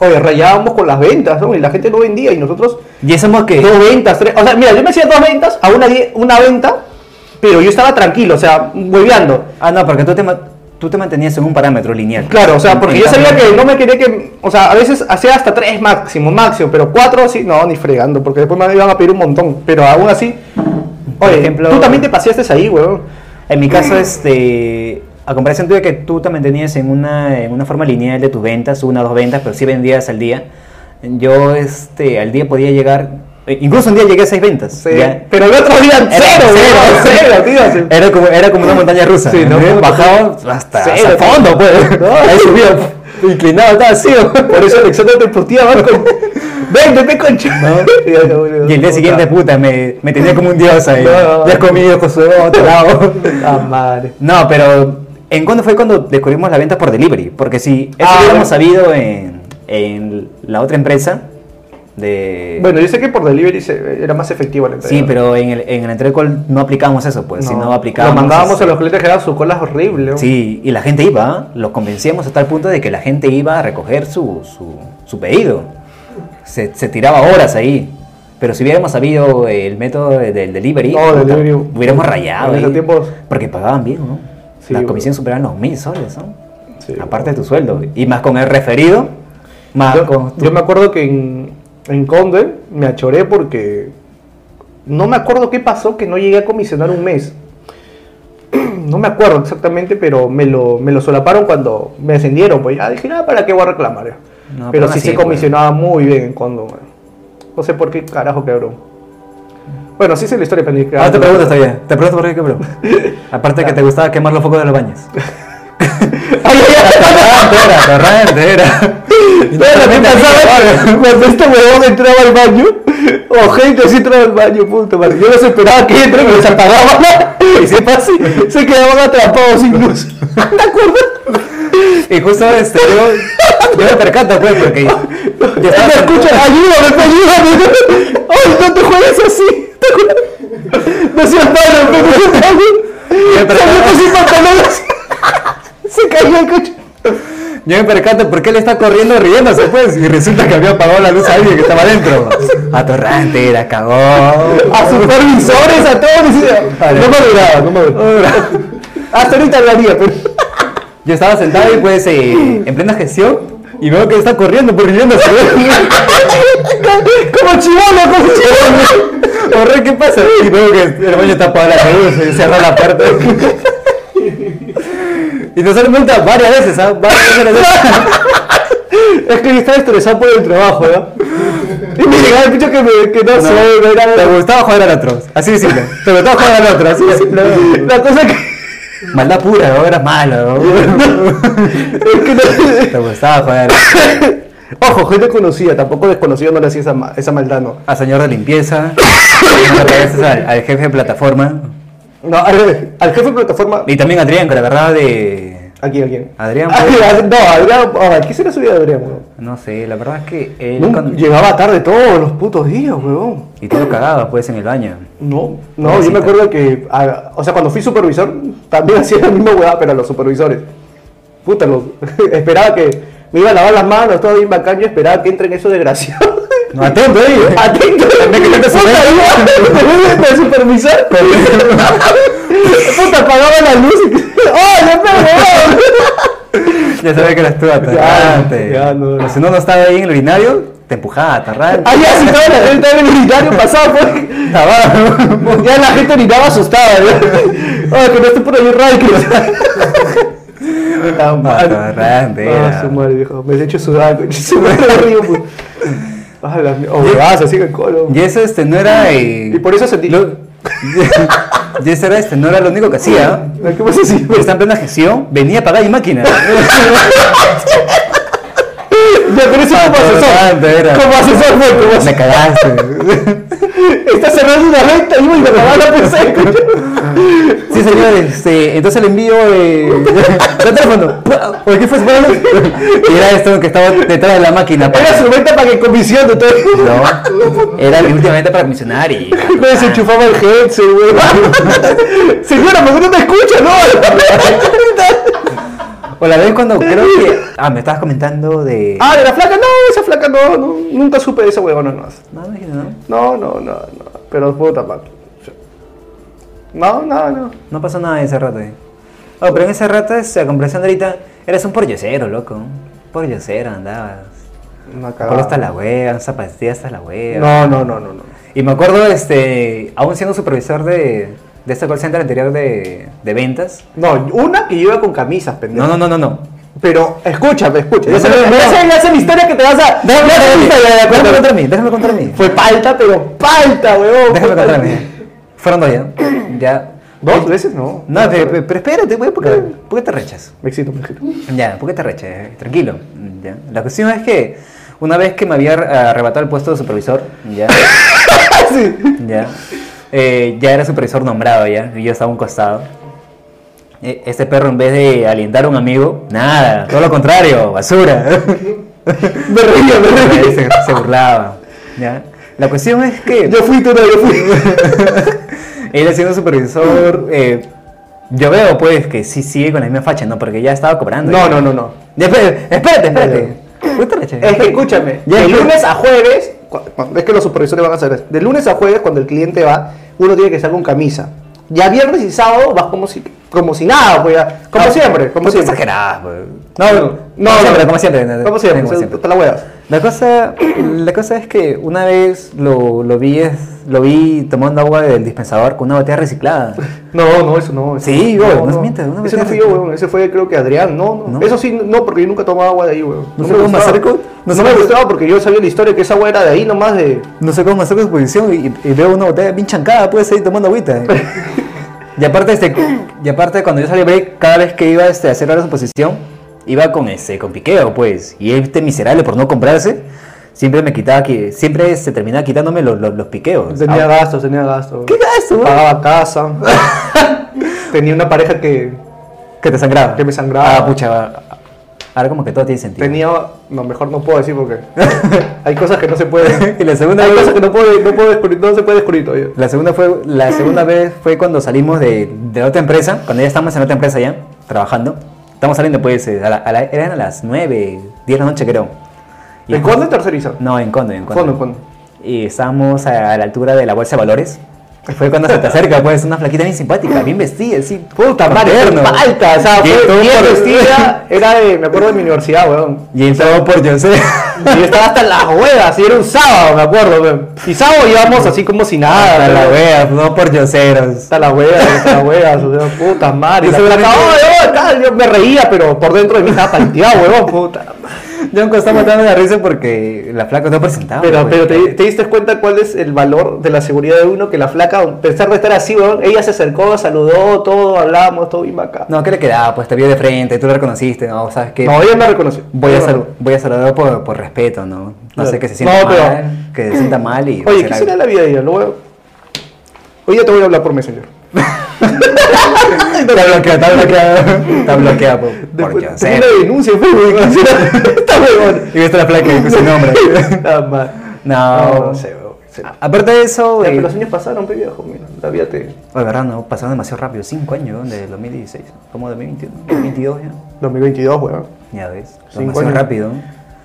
Speaker 2: Oye, rayábamos con las ventas, ¿no? Y la gente no vendía y nosotros
Speaker 1: Y eso es que...
Speaker 2: dos ventas, tres. O sea, mira, yo me hacía dos ventas a una, die- una venta, pero yo estaba tranquilo, o sea, hueveando.
Speaker 1: Ah, no, porque tú te, ma- tú te mantenías en un parámetro lineal.
Speaker 2: Claro, o sea,
Speaker 1: En-
Speaker 2: porque
Speaker 1: en
Speaker 2: yo sabía
Speaker 1: cambio-
Speaker 2: que no me quería que. O sea, a veces hacía hasta tres máximo, máximo, pero cuatro sí, no, ni fregando, porque después me iban a pedir un montón. Pero aún así.
Speaker 1: Por
Speaker 2: Oye,
Speaker 1: ejemplo-
Speaker 2: tú también te paseaste ahí, weón.
Speaker 1: En mi caso, este, a comparación tuya que tú te mantenías en una, en una forma lineal de tus ventas, una o dos ventas, pero sí vendías al día. Yo este, al día podía llegar, eh, incluso un día llegué a seis ventas. ya.
Speaker 2: Pero el otro día,
Speaker 1: Era
Speaker 2: cero, weón, cero, tío.
Speaker 1: Era como, era como una montaña rusa.
Speaker 2: Sí, ¿no?
Speaker 1: ¿no? Bajaba hasta, hasta
Speaker 2: Cero,
Speaker 1: fondo, pues.
Speaker 2: ¿no?
Speaker 1: Ahí subía, pf, inclinado, estaba así.
Speaker 2: Por eso Alexander te puteaba con. Vente, pe concha.
Speaker 1: Y el día siguiente, puta, me, me tenía como un dios ahí.
Speaker 2: No, no, no.
Speaker 1: Ya comido, con su otro lado.
Speaker 2: Ah, madre.
Speaker 1: No, pero ¿en cuándo fue cuando descubrimos la venta por delivery? Porque si eso lo
Speaker 2: Ah,
Speaker 1: hubiéramos
Speaker 2: bueno.
Speaker 1: sabido en, en la otra empresa de...
Speaker 2: Bueno, yo sé que por delivery se- era más efectivo la entrega.
Speaker 1: sí, pero en el, en el entrecol no aplicamos eso, pues, si no aplicábamos...
Speaker 2: Lo mandábamos
Speaker 1: este,
Speaker 2: a los clientes que eran sus colas horribles.
Speaker 1: Sí, y la gente iba, ¿ah? los convencíamos hasta el punto de que la gente iba a recoger su, su, su pedido. Se, se tiraba horas ahí. Pero si hubiéramos sabido el método de- del delivery,
Speaker 2: Oh,
Speaker 1: puta,
Speaker 2: delivery.
Speaker 1: hubiéramos rayado.
Speaker 2: En esos
Speaker 1: ahí.
Speaker 2: tiempos-
Speaker 1: Porque pagaban bien, ¿no?
Speaker 2: Sí,
Speaker 1: la
Speaker 2: bueno.
Speaker 1: comisión superaban los mil soles, ¿no?
Speaker 2: Sí,
Speaker 1: Aparte de tu sueldo. Y más con el referido, más
Speaker 2: Yo,
Speaker 1: con tu-
Speaker 2: yo me acuerdo que en, en Conde me achoré porque no me acuerdo qué pasó que no llegué a comisionar un mes. No me acuerdo exactamente, pero me lo, me lo solaparon cuando me ascendieron. Pues ya dije, nada, ¿para qué voy a reclamar?
Speaker 1: No,
Speaker 2: pero
Speaker 1: pero
Speaker 2: sí
Speaker 1: así,
Speaker 2: se
Speaker 1: pues.
Speaker 2: comisionaba muy bien en Conde. bueno. No sé por qué carajo quebró. Bueno, sí sé la historia, pero ni que-
Speaker 1: Ahora Ah, te pregunto todavía, te pregunto por qué quebró. Aparte de que te gustaba quemar los focos de los baños.
Speaker 2: Ay, ay, ay.
Speaker 1: La raya entera, la raya entera.
Speaker 2: Bueno, ¿qué pasaba? Cuando este huevón entraba al baño, o gente así entraba al baño, punto, madre. Yo no se esperaba que entre, pero se apagaba. Y se pase, se quedaban atrapados sin luz. ¿Te acuerdas?
Speaker 1: Y justo este, yo, yo me percato, pues, porque yo
Speaker 2: Él
Speaker 1: estaba,
Speaker 2: me escucha, ayúdame, pues, ayúdame. Ay, no te juegues así. ¿Te acuerdas? No seas malo, pues, no seas malo. Se metió sin pantalones. Se cayó el coche.
Speaker 1: yo me percato porque él está corriendo riéndose, pues, y resulta que había apagado la luz a alguien que estaba adentro. Atorrante, la cagó.
Speaker 2: A supervisores, a todos. No me duraba, no me duraba. Hasta ahorita lo haría, pues. pero...
Speaker 1: Yo estaba sentado y pues eh, en plena gestión y veo que está corriendo por riéndose.
Speaker 2: Como chivolo, como chivolo.
Speaker 1: Corre, ¿qué pasa? Y veo que el baño está apagado la luz, se cierra la puerta. Y nos han preguntado varias veces, ¿ah? Varias veces.
Speaker 2: Es que yo estaba estresado por el trabajo, ¿no? Y me llegaba el bicho que, me, que no, sé, no era
Speaker 1: Te gustaba joder al otro, así de simple. Te gustaba joder al otro, así de simple.
Speaker 2: La cosa que.
Speaker 1: Maldad pura, ¿no? Eras malo. ¿no?
Speaker 2: Es que no-
Speaker 1: Te gustaba joder.
Speaker 2: Ojo, gente conocida, tampoco desconocido no le hacía esa, ma- esa maldad, no.
Speaker 1: A señor de limpieza, no le pegases al, al jefe de plataforma.
Speaker 2: No, al, revés, al jefe de plataforma.
Speaker 1: Y también a Adrián, que la verdad de...
Speaker 2: Aquí, alguien.
Speaker 1: Adrián,
Speaker 2: no, Adrián. ah, ¿Qué será su vida de Adrián, weón?
Speaker 1: No sé, la verdad es que él...
Speaker 2: Nunca-
Speaker 1: cuando-
Speaker 2: Llegaba tarde todos los putos días, weón.
Speaker 1: Y tú lo cagabas, pues, en el baño.
Speaker 2: No, no, yo
Speaker 1: Pobrecita.
Speaker 2: me acuerdo que, ah, o sea, cuando fui supervisor, también hacía la misma hueá, pero a los supervisores. Puta, los, esperaba que me iba a lavar las manos, todo bien bacán, yo esperaba que entren esos desgraciados.
Speaker 1: No, atento, ¿eh?
Speaker 2: Atento,
Speaker 1: También que no te
Speaker 2: puta, iba, me supervisor. Puta, apagaba la luz y... ¡Oh, no me huevón!
Speaker 1: Ya sabía que eras tú, atarrante.
Speaker 2: ya, no. Ah,
Speaker 1: Pero Si no, no estaba ahí en el urinario, te empujaba, atarrante.
Speaker 2: Allá si toda la gente del unitario pasaba por... Ya la gente orinaba asustada, ¿no? Ay, que no esté por ahí Ray, que no-
Speaker 1: Atarrante,
Speaker 2: Ah,
Speaker 1: era.
Speaker 2: su madre, viejo. Me has hecho sudar, coño. Se me ha río, pues. Ah, la mierda. O huevazo, así que colo.
Speaker 1: Y eso, este, no era... eh,
Speaker 2: Y por eso sentí...
Speaker 1: Y ese era este, no era lo único que hacía.
Speaker 2: ¿Qué pasa si...?
Speaker 1: Está en plena gestión, venía a pagar mi máquina.
Speaker 2: Ya, pero eso como
Speaker 1: Atorrante era.
Speaker 2: asesor. Como asesor, fue, como
Speaker 1: Me
Speaker 2: asesor.
Speaker 1: cagaste.
Speaker 2: Está cerrando una venta, iba y me acababa la PC, coño.
Speaker 1: Sí, señor, este, entonces le envío eh, el teléfono. ¿O qué fue? Y era esto que estaba detrás de la máquina.
Speaker 2: Era su venta para que comisión de todo.
Speaker 1: No, era mi última venta para misionar y...
Speaker 2: Me desenchufaba Pues, el headset, weón. Señora, ¿por qué no te escuchas? No,
Speaker 1: O la vez cuando creo que. Ah, me estabas comentando de.
Speaker 2: Ah, de la flaca, no, esa flaca no, no, nunca supe de esa huevona, no.
Speaker 1: No, no, no.
Speaker 2: No, no, no, no. Pero puedo tapar. No, no, no.
Speaker 1: No pasó nada en ese rato. eh. Oh, pero en ese rato, o sea, comparación de ahorita, eres un pollocero, loco. Un pollocero andabas.
Speaker 2: Una
Speaker 1: Polo hasta
Speaker 2: cagada.
Speaker 1: la wea, zapatillas hasta la wea.
Speaker 2: No, no, no, no, no.
Speaker 1: Y me acuerdo, este, aún siendo supervisor de, de este call center anterior de, de ventas.
Speaker 2: No, una que iba con camisas, pendejo.
Speaker 1: No, no, no, no, no.
Speaker 2: Pero escúchame, escúchame.
Speaker 1: Esa- esa es la- esa es la historia que te vas a-
Speaker 2: Déjame
Speaker 1: Déjame
Speaker 2: contar
Speaker 1: contar
Speaker 2: mi-
Speaker 1: a mí, Déjame contar
Speaker 2: déjame contar
Speaker 1: a mí, déjame contar a mí.
Speaker 2: Fue palta, pero palta, huevón.
Speaker 1: Déjame
Speaker 2: fue
Speaker 1: contar a
Speaker 2: palta.
Speaker 1: mí. Fueron dos ya. Ya.
Speaker 2: ¿Dos veces? No.
Speaker 1: No, pero, pero- pero espérate, güey, ¿por qué,
Speaker 2: Dale.
Speaker 1: por qué te rechas?
Speaker 2: Me excito, me excito.
Speaker 1: Ya, ¿por qué te rechas? Tranquilo. Ya. La cuestión es que una vez que me había arrebatado el puesto de supervisor, ya.
Speaker 2: sí.
Speaker 1: Ya. Eh, ya era supervisor nombrado ya. Y yo estaba a un costado. E- Este perro en vez de alentar a un amigo, nada, todo lo contrario, basura.
Speaker 2: Me reía, me
Speaker 1: se,
Speaker 2: reía.
Speaker 1: se burlaba. ¿ya? La cuestión es que
Speaker 2: Yo fui, tú no, yo fui.
Speaker 1: él siendo supervisor, eh, yo veo pues que sí sigue con la misma facha, ¿no? Porque ya estaba cobrando.
Speaker 2: No,
Speaker 1: ya.
Speaker 2: no, no, no.
Speaker 1: Ya, espérate, espérate, espérate. Puta la chingada.
Speaker 2: Es que escúchame,
Speaker 1: Ya,
Speaker 2: de
Speaker 1: ya.
Speaker 2: lunes a jueves, cu- cu- es que los supervisores van a hacer eso. De lunes a jueves, cuando el cliente va, uno tiene que estar con camisa. Ya viernes y sábado vas como si, como si nada, pues ya. Como
Speaker 1: Ah,
Speaker 2: siempre, como
Speaker 1: puta
Speaker 2: siempre.
Speaker 1: exagerada, pues.
Speaker 2: No, no, no,
Speaker 1: Como siempre,
Speaker 2: no.
Speaker 1: como siempre, no, no.
Speaker 2: Como siempre,
Speaker 1: Como siempre.
Speaker 2: te la huevas.
Speaker 1: La cosa, la cosa es que una vez lo, lo vi es- lo vi tomando agua del dispensador con una botella reciclada.
Speaker 2: No, no, eso no. eso
Speaker 1: Sí,
Speaker 2: no,
Speaker 1: huevón, no mientas, una
Speaker 2: Ese no
Speaker 1: vez
Speaker 2: fui
Speaker 1: te-
Speaker 2: yo, huevón. Ese fue, creo que Adrián. No, no.
Speaker 1: ¿No?
Speaker 2: Eso sí, no, porque yo nunca tomaba agua de ahí, huevón.
Speaker 1: ¿No
Speaker 2: me
Speaker 1: fue con
Speaker 2: gustaba.
Speaker 1: Mazarco?
Speaker 2: No,
Speaker 1: No
Speaker 2: me
Speaker 1: sé-
Speaker 2: gustaba porque yo sabía la historia que esa agua era de ahí nomás de.
Speaker 1: No sé cómo hacer exposición y, y veo una botella bien chancada, puedes seguir tomando agüita. y aparte este, y aparte cuando yo salí a break, cada vez que iba este, a hacer la exposición, iba con ese, con piqueo pues. Y este miserable por no comprarse, siempre me quitaba que, siempre se terminaba quitándome los, los, los piqueos.
Speaker 2: Tenía Ah,
Speaker 1: Ah,
Speaker 2: gastos, tenía gastos.
Speaker 1: ¿Qué gasto? güey?
Speaker 2: Pagaba casa. tenía una pareja que
Speaker 1: Que te sangraba.
Speaker 2: Que me sangraba.
Speaker 1: Ah, pucha. Ahora como que todo tiene sentido.
Speaker 2: tenía. No, mejor no puedo decir porque. hay cosas que no se pueden.
Speaker 1: Y la segunda
Speaker 2: hay
Speaker 1: vez-
Speaker 2: cosas que no, puedo, no, puedo descubrir, no se puede descubrir todavía.
Speaker 1: La segunda, fue, la segunda vez fue cuando salimos de, de otra empresa, cuando ya estábamos en otra empresa ya, trabajando. Estamos saliendo pues, eh, a la- a la- eran a las 9, 10 de la noche creo. Y-
Speaker 2: ¿En cuándo terceriza?
Speaker 1: No, en Conde, en Conde.
Speaker 2: Conde, en Conde.
Speaker 1: Y estábamos a la altura de la bolsa de valores. Y Fue cuando se te acerca, pues, una flaquita bien simpática, bien vestida, así.
Speaker 2: Puta madre,
Speaker 1: moderno.
Speaker 2: falta, o sea,
Speaker 1: Y todo
Speaker 2: fue bien
Speaker 1: por-
Speaker 2: vestida, era de, me acuerdo de mi universidad, weón.
Speaker 1: Y entró por yo sé.
Speaker 2: Y yo estaba hasta las huevas, y era un sábado, me acuerdo, weón. Y sábado íbamos así como si nada,
Speaker 1: Hasta la
Speaker 2: weón.
Speaker 1: wea, no por yoseros.
Speaker 2: Hasta las huevas, hasta las huevas, o sea, puta madre.
Speaker 1: Y
Speaker 2: la
Speaker 1: seguramente-
Speaker 2: flaca, "Oh, weón", tal, yo me reía, pero por dentro de mí estaba palteado, weón, puta.
Speaker 1: Yo me estaba matando la risa porque la flaca no presentaba.
Speaker 2: Pero,
Speaker 1: pues.
Speaker 2: pero te, te diste cuenta cuál es el valor de la seguridad de uno, que la flaca, a pesar de estar así, weón, ella se acercó, saludó, todo, hablábamos, todo bien bacán.
Speaker 1: No, ¿qué le quedaba? Pues te vio de frente, tú lo reconociste, ¿no? ¿Sabes qué?
Speaker 2: No, ella me reconoció.
Speaker 1: voy, a
Speaker 2: Ella me
Speaker 1: sal- voy a saludar por, por respeto, ¿no? No
Speaker 2: Claro.
Speaker 1: sé que se sienta
Speaker 2: No, pero-
Speaker 1: mal, que se sienta mal y...
Speaker 2: Oye,
Speaker 1: hacer
Speaker 2: ¿qué
Speaker 1: algo.
Speaker 2: será la vida de ella? Lo voy a- Hoy ya te voy a hablar por Messenger.
Speaker 1: Está bloqueado, está bloqueado. Está bloqueado por, por
Speaker 2: Después, tengo
Speaker 1: Joseph.
Speaker 2: una denuncia en Facebook. ¿qué será? Está huevón.
Speaker 1: Y viste la placa con su nombre.
Speaker 2: Está mal.
Speaker 1: No.
Speaker 2: no sé, huevón. Sí.
Speaker 1: A- Aparte de eso...
Speaker 2: Ya,
Speaker 1: eh,
Speaker 2: pero los años pasaron, pe viejo, mira, la vida te...
Speaker 1: Oye, verdad, no, pasaron demasiado rápido. Cinco años, desde 2016. Como 2021, 2022 ya.
Speaker 2: 2022, weón.
Speaker 1: Ya ves,
Speaker 2: Cinco
Speaker 1: demasiado
Speaker 2: años.
Speaker 1: rápido.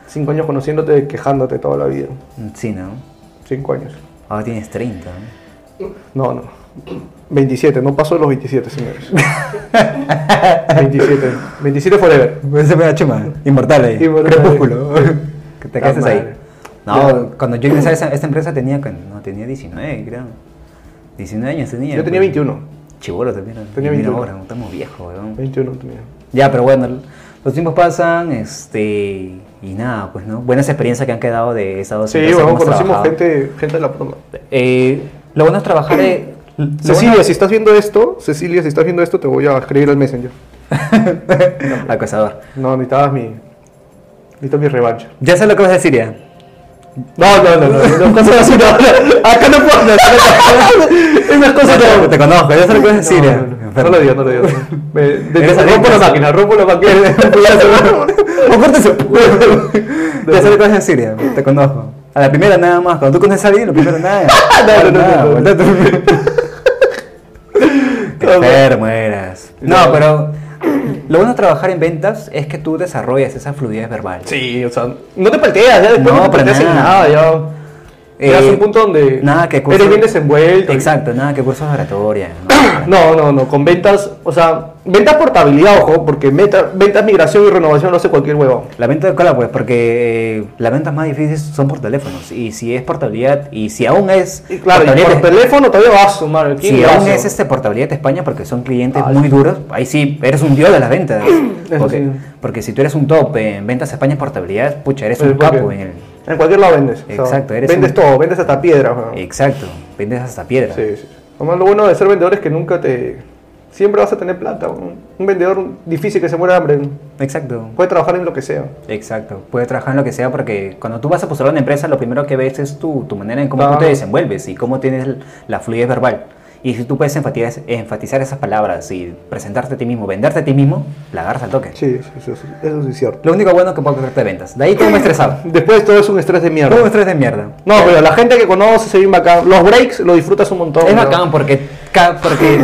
Speaker 2: Cinco años conociéndote, quejándote toda la vida.
Speaker 1: Sí, ¿no?
Speaker 2: Cinco años.
Speaker 1: Ahora tienes 30. ¿no?
Speaker 2: No, no. 27, no pasó de los 27, señores. 27. 27 forever.
Speaker 1: Ese me da chuma. Inmortal ahí.
Speaker 2: Inmortal.
Speaker 1: Crepúsculo. Que te
Speaker 2: La
Speaker 1: quedes ahí.
Speaker 2: madre.
Speaker 1: No, cuando yo ingresé a esa- esta empresa tenía, que- no, tenía 19, creo. 19 años tenía.
Speaker 2: Yo tenía 21.
Speaker 1: Chivolo también.
Speaker 2: Tenía
Speaker 1: Mira
Speaker 2: 21.
Speaker 1: ahora, estamos viejos, weón.
Speaker 2: 21 tenía.
Speaker 1: Ya, pero bueno, los tiempos pasan, este. Y nada, pues, ¿no? Buenas experiencias que han quedado de esas dos
Speaker 2: Sí,
Speaker 1: empresas que
Speaker 2: weón,
Speaker 1: hemos
Speaker 2: conocimos
Speaker 1: trabajado.
Speaker 2: gente, gente de la broma.
Speaker 1: Eh, lo bueno es trabajar. eh, lo
Speaker 2: Cecilia, si estás viendo esto, Cecilia, si estás viendo esto, te voy a escribir al Messenger.
Speaker 1: bueno- Acosador.
Speaker 2: No, necesitabas mi. Necesitas mi revancha.
Speaker 1: Ya sé lo que vas a decir ya.
Speaker 2: No, no, no, no, no, cosas así no, no. Acá no puedo. No, Esas cosas
Speaker 1: Ya
Speaker 2: no.
Speaker 1: te- Te conozco, ya sé lo que vas a decir ya.
Speaker 2: No, no, no, no lo digo, no lo digo. Me, de-
Speaker 1: Eres
Speaker 2: rompo
Speaker 1: adicto.
Speaker 2: la máquina, rompo la máquina.
Speaker 1: O córtese. Ya sé lo que vas a decir, ya, te conozco. A la primera nada más, cuando tú conoces a alguien, lo primero nada.
Speaker 2: No, no, no,
Speaker 1: Nada,
Speaker 2: no, no.
Speaker 1: volteate. Enfermo eras. No, pero Lo bueno de trabajar en ventas es que tú desarrollas esa fluidez verbal.
Speaker 2: Sí, o sea, no te palteas, ya después
Speaker 1: No,
Speaker 2: no, te
Speaker 1: para
Speaker 2: palteas en
Speaker 1: nada.
Speaker 2: nada, ya. Llegas a
Speaker 1: Eh,
Speaker 2: un punto donde
Speaker 1: Nada que cursos-
Speaker 2: eres bien desenvuelto.
Speaker 1: Exacto, nada que cursos de oratoria. ¿no?
Speaker 2: No, no, no, con ventas, o sea, ventas portabilidad, ojo, porque meta- ventas, migración y renovación lo hace cualquier huevón.
Speaker 1: La venta de cola, pues, porque eh, las ventas más difíciles son por teléfonos. Y si es portabilidad, y si aún es.
Speaker 2: Y claro, y
Speaker 1: portabilidad
Speaker 2: por
Speaker 1: de-
Speaker 2: teléfono todavía va a sumar el
Speaker 1: si
Speaker 2: quingazo.
Speaker 1: aún es este portabilidad de España, porque son clientes
Speaker 2: Ah,
Speaker 1: muy duros, ahí sí eres un dios de las ventas.
Speaker 2: Eso
Speaker 1: Porque,
Speaker 2: sí.
Speaker 1: porque si tú eres un top en ventas España portabilidad, pucha, eres
Speaker 2: Pero
Speaker 1: un
Speaker 2: porque
Speaker 1: capo en el.
Speaker 2: En cualquier lado vendes.
Speaker 1: Exacto, eres
Speaker 2: vendes
Speaker 1: un-
Speaker 2: todo, vendes hasta piedra. weón.
Speaker 1: Exacto, vendes hasta piedra.
Speaker 2: Sí, sí. Además, lo bueno de ser vendedor es que nunca te. Siempre vas a tener plata. weón. Un vendedor difícil que se muera de hambre.
Speaker 1: Exacto.
Speaker 2: Puede trabajar en lo que sea.
Speaker 1: Exacto, puede trabajar en lo que sea porque cuando tú vas a postular a una empresa, lo primero que ves es tu, tu manera en cómo tú
Speaker 2: Claro.
Speaker 1: te desenvuelves y cómo tienes l- la fluidez verbal. Y si tú puedes enfatizar, enfatizar esas palabras y presentarte a ti mismo, venderte a ti mismo, la agarras al toque.
Speaker 2: Sí, eso, sí es cierto.
Speaker 1: Lo único bueno que puedo coger de ventas. De ahí todo me estresaba.
Speaker 2: Después todo es un estrés de
Speaker 1: Todo me
Speaker 2: mierda.
Speaker 1: estrés de mierda.
Speaker 2: No, pero la gente que conoce se bien bacán. Los breaks lo disfrutas un montón.
Speaker 1: Es
Speaker 2: weón.
Speaker 1: bacán porque, ca- porque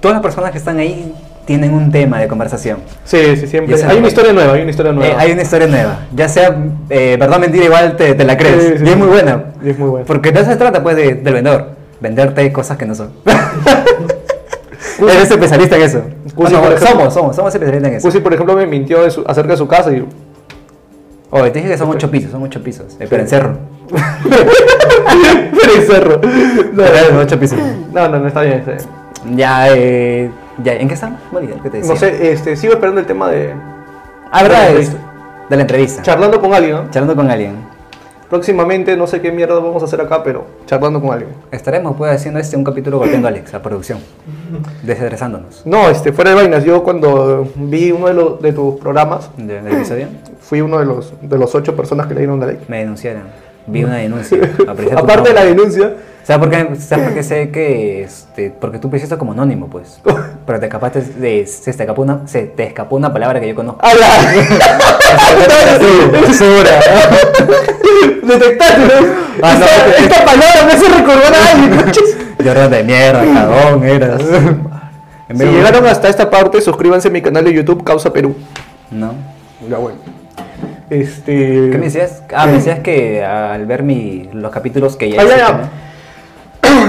Speaker 1: todas las personas que están ahí tienen un tema de conversación.
Speaker 2: Sí, sí, siempre.
Speaker 1: Y ese
Speaker 2: Hay una
Speaker 1: break.
Speaker 2: historia nueva, hay una historia
Speaker 1: Eh,
Speaker 2: nueva.
Speaker 1: hay una historia nueva. Ya sea eh, verdad mentira, igual te, te la crees.
Speaker 2: Sí, sí,
Speaker 1: y es
Speaker 2: sí.
Speaker 1: muy buena.
Speaker 2: Y es muy buena.
Speaker 1: Porque no se trata pues de- del vendedor. Venderte cosas que no son. Eres especialista en eso.
Speaker 2: Cusi,
Speaker 1: Ah, no,
Speaker 2: por ejemplo-
Speaker 1: somos, somos, somos especialistas en eso.
Speaker 2: Cusi, Pues por ejemplo, me mintió de su- acerca de su casa y
Speaker 1: Oye, te dije que son ocho pisos, son ocho pisos. Eh, pero en cerro.
Speaker 2: Pero es cerro. No,
Speaker 1: Pero en ocho pisos.
Speaker 2: no, no, no, está bien. está bien.
Speaker 1: Ya, eh, ya, ¿en qué estamos? Me olvidé lo que te decía.
Speaker 2: No sé, este, sigo esperando el tema de
Speaker 1: Ah, verdad,
Speaker 2: de la
Speaker 1: es- de la entrevista.
Speaker 2: charlando con alguien. ¿no?
Speaker 1: Charlando con alguien.
Speaker 2: Próximamente, no sé qué mierda vamos a hacer acá, pero charlando con alguien.
Speaker 1: Estaremos pues haciendo este un capítulo golpeando a Alex, la producción. Desestresándonos.
Speaker 2: No, este, fuera de vainas, yo cuando vi uno de, los, de tus programas,
Speaker 1: ¿Del episodio?
Speaker 2: fui uno de los, de los ocho personas que le dieron la ley.
Speaker 1: Me denunciaron. Vi una denuncia. Apareció tu
Speaker 2: Aparte de la
Speaker 1: nombre.
Speaker 2: denuncia,
Speaker 1: ¿Sabes por qué, ¿Sabes por qué sé que este, porque tú pensaste como anónimo, pues? Pero te escapaste de, se te escapó una se te escapó una palabra que yo conozco.
Speaker 2: ¡Hala!
Speaker 1: Censura.
Speaker 2: ¡Detectaste! ¿no?
Speaker 1: Ah, no,
Speaker 2: esta,
Speaker 1: porque-
Speaker 2: esta palabra me hace recordar a alguien, coches.
Speaker 1: Llorón de mierda, cagón, eras. En
Speaker 2: Si
Speaker 1: vez de-
Speaker 2: llegaron hasta esta parte, suscríbanse a mi canal de YouTube Causa Perú.
Speaker 1: No.
Speaker 2: Ya bueno. Este.
Speaker 1: ¿Qué me decías? Ah, me decías que al ver mi, los capítulos que ya
Speaker 2: Ah, ya,
Speaker 1: hiciste,
Speaker 2: ya.
Speaker 1: ¿no?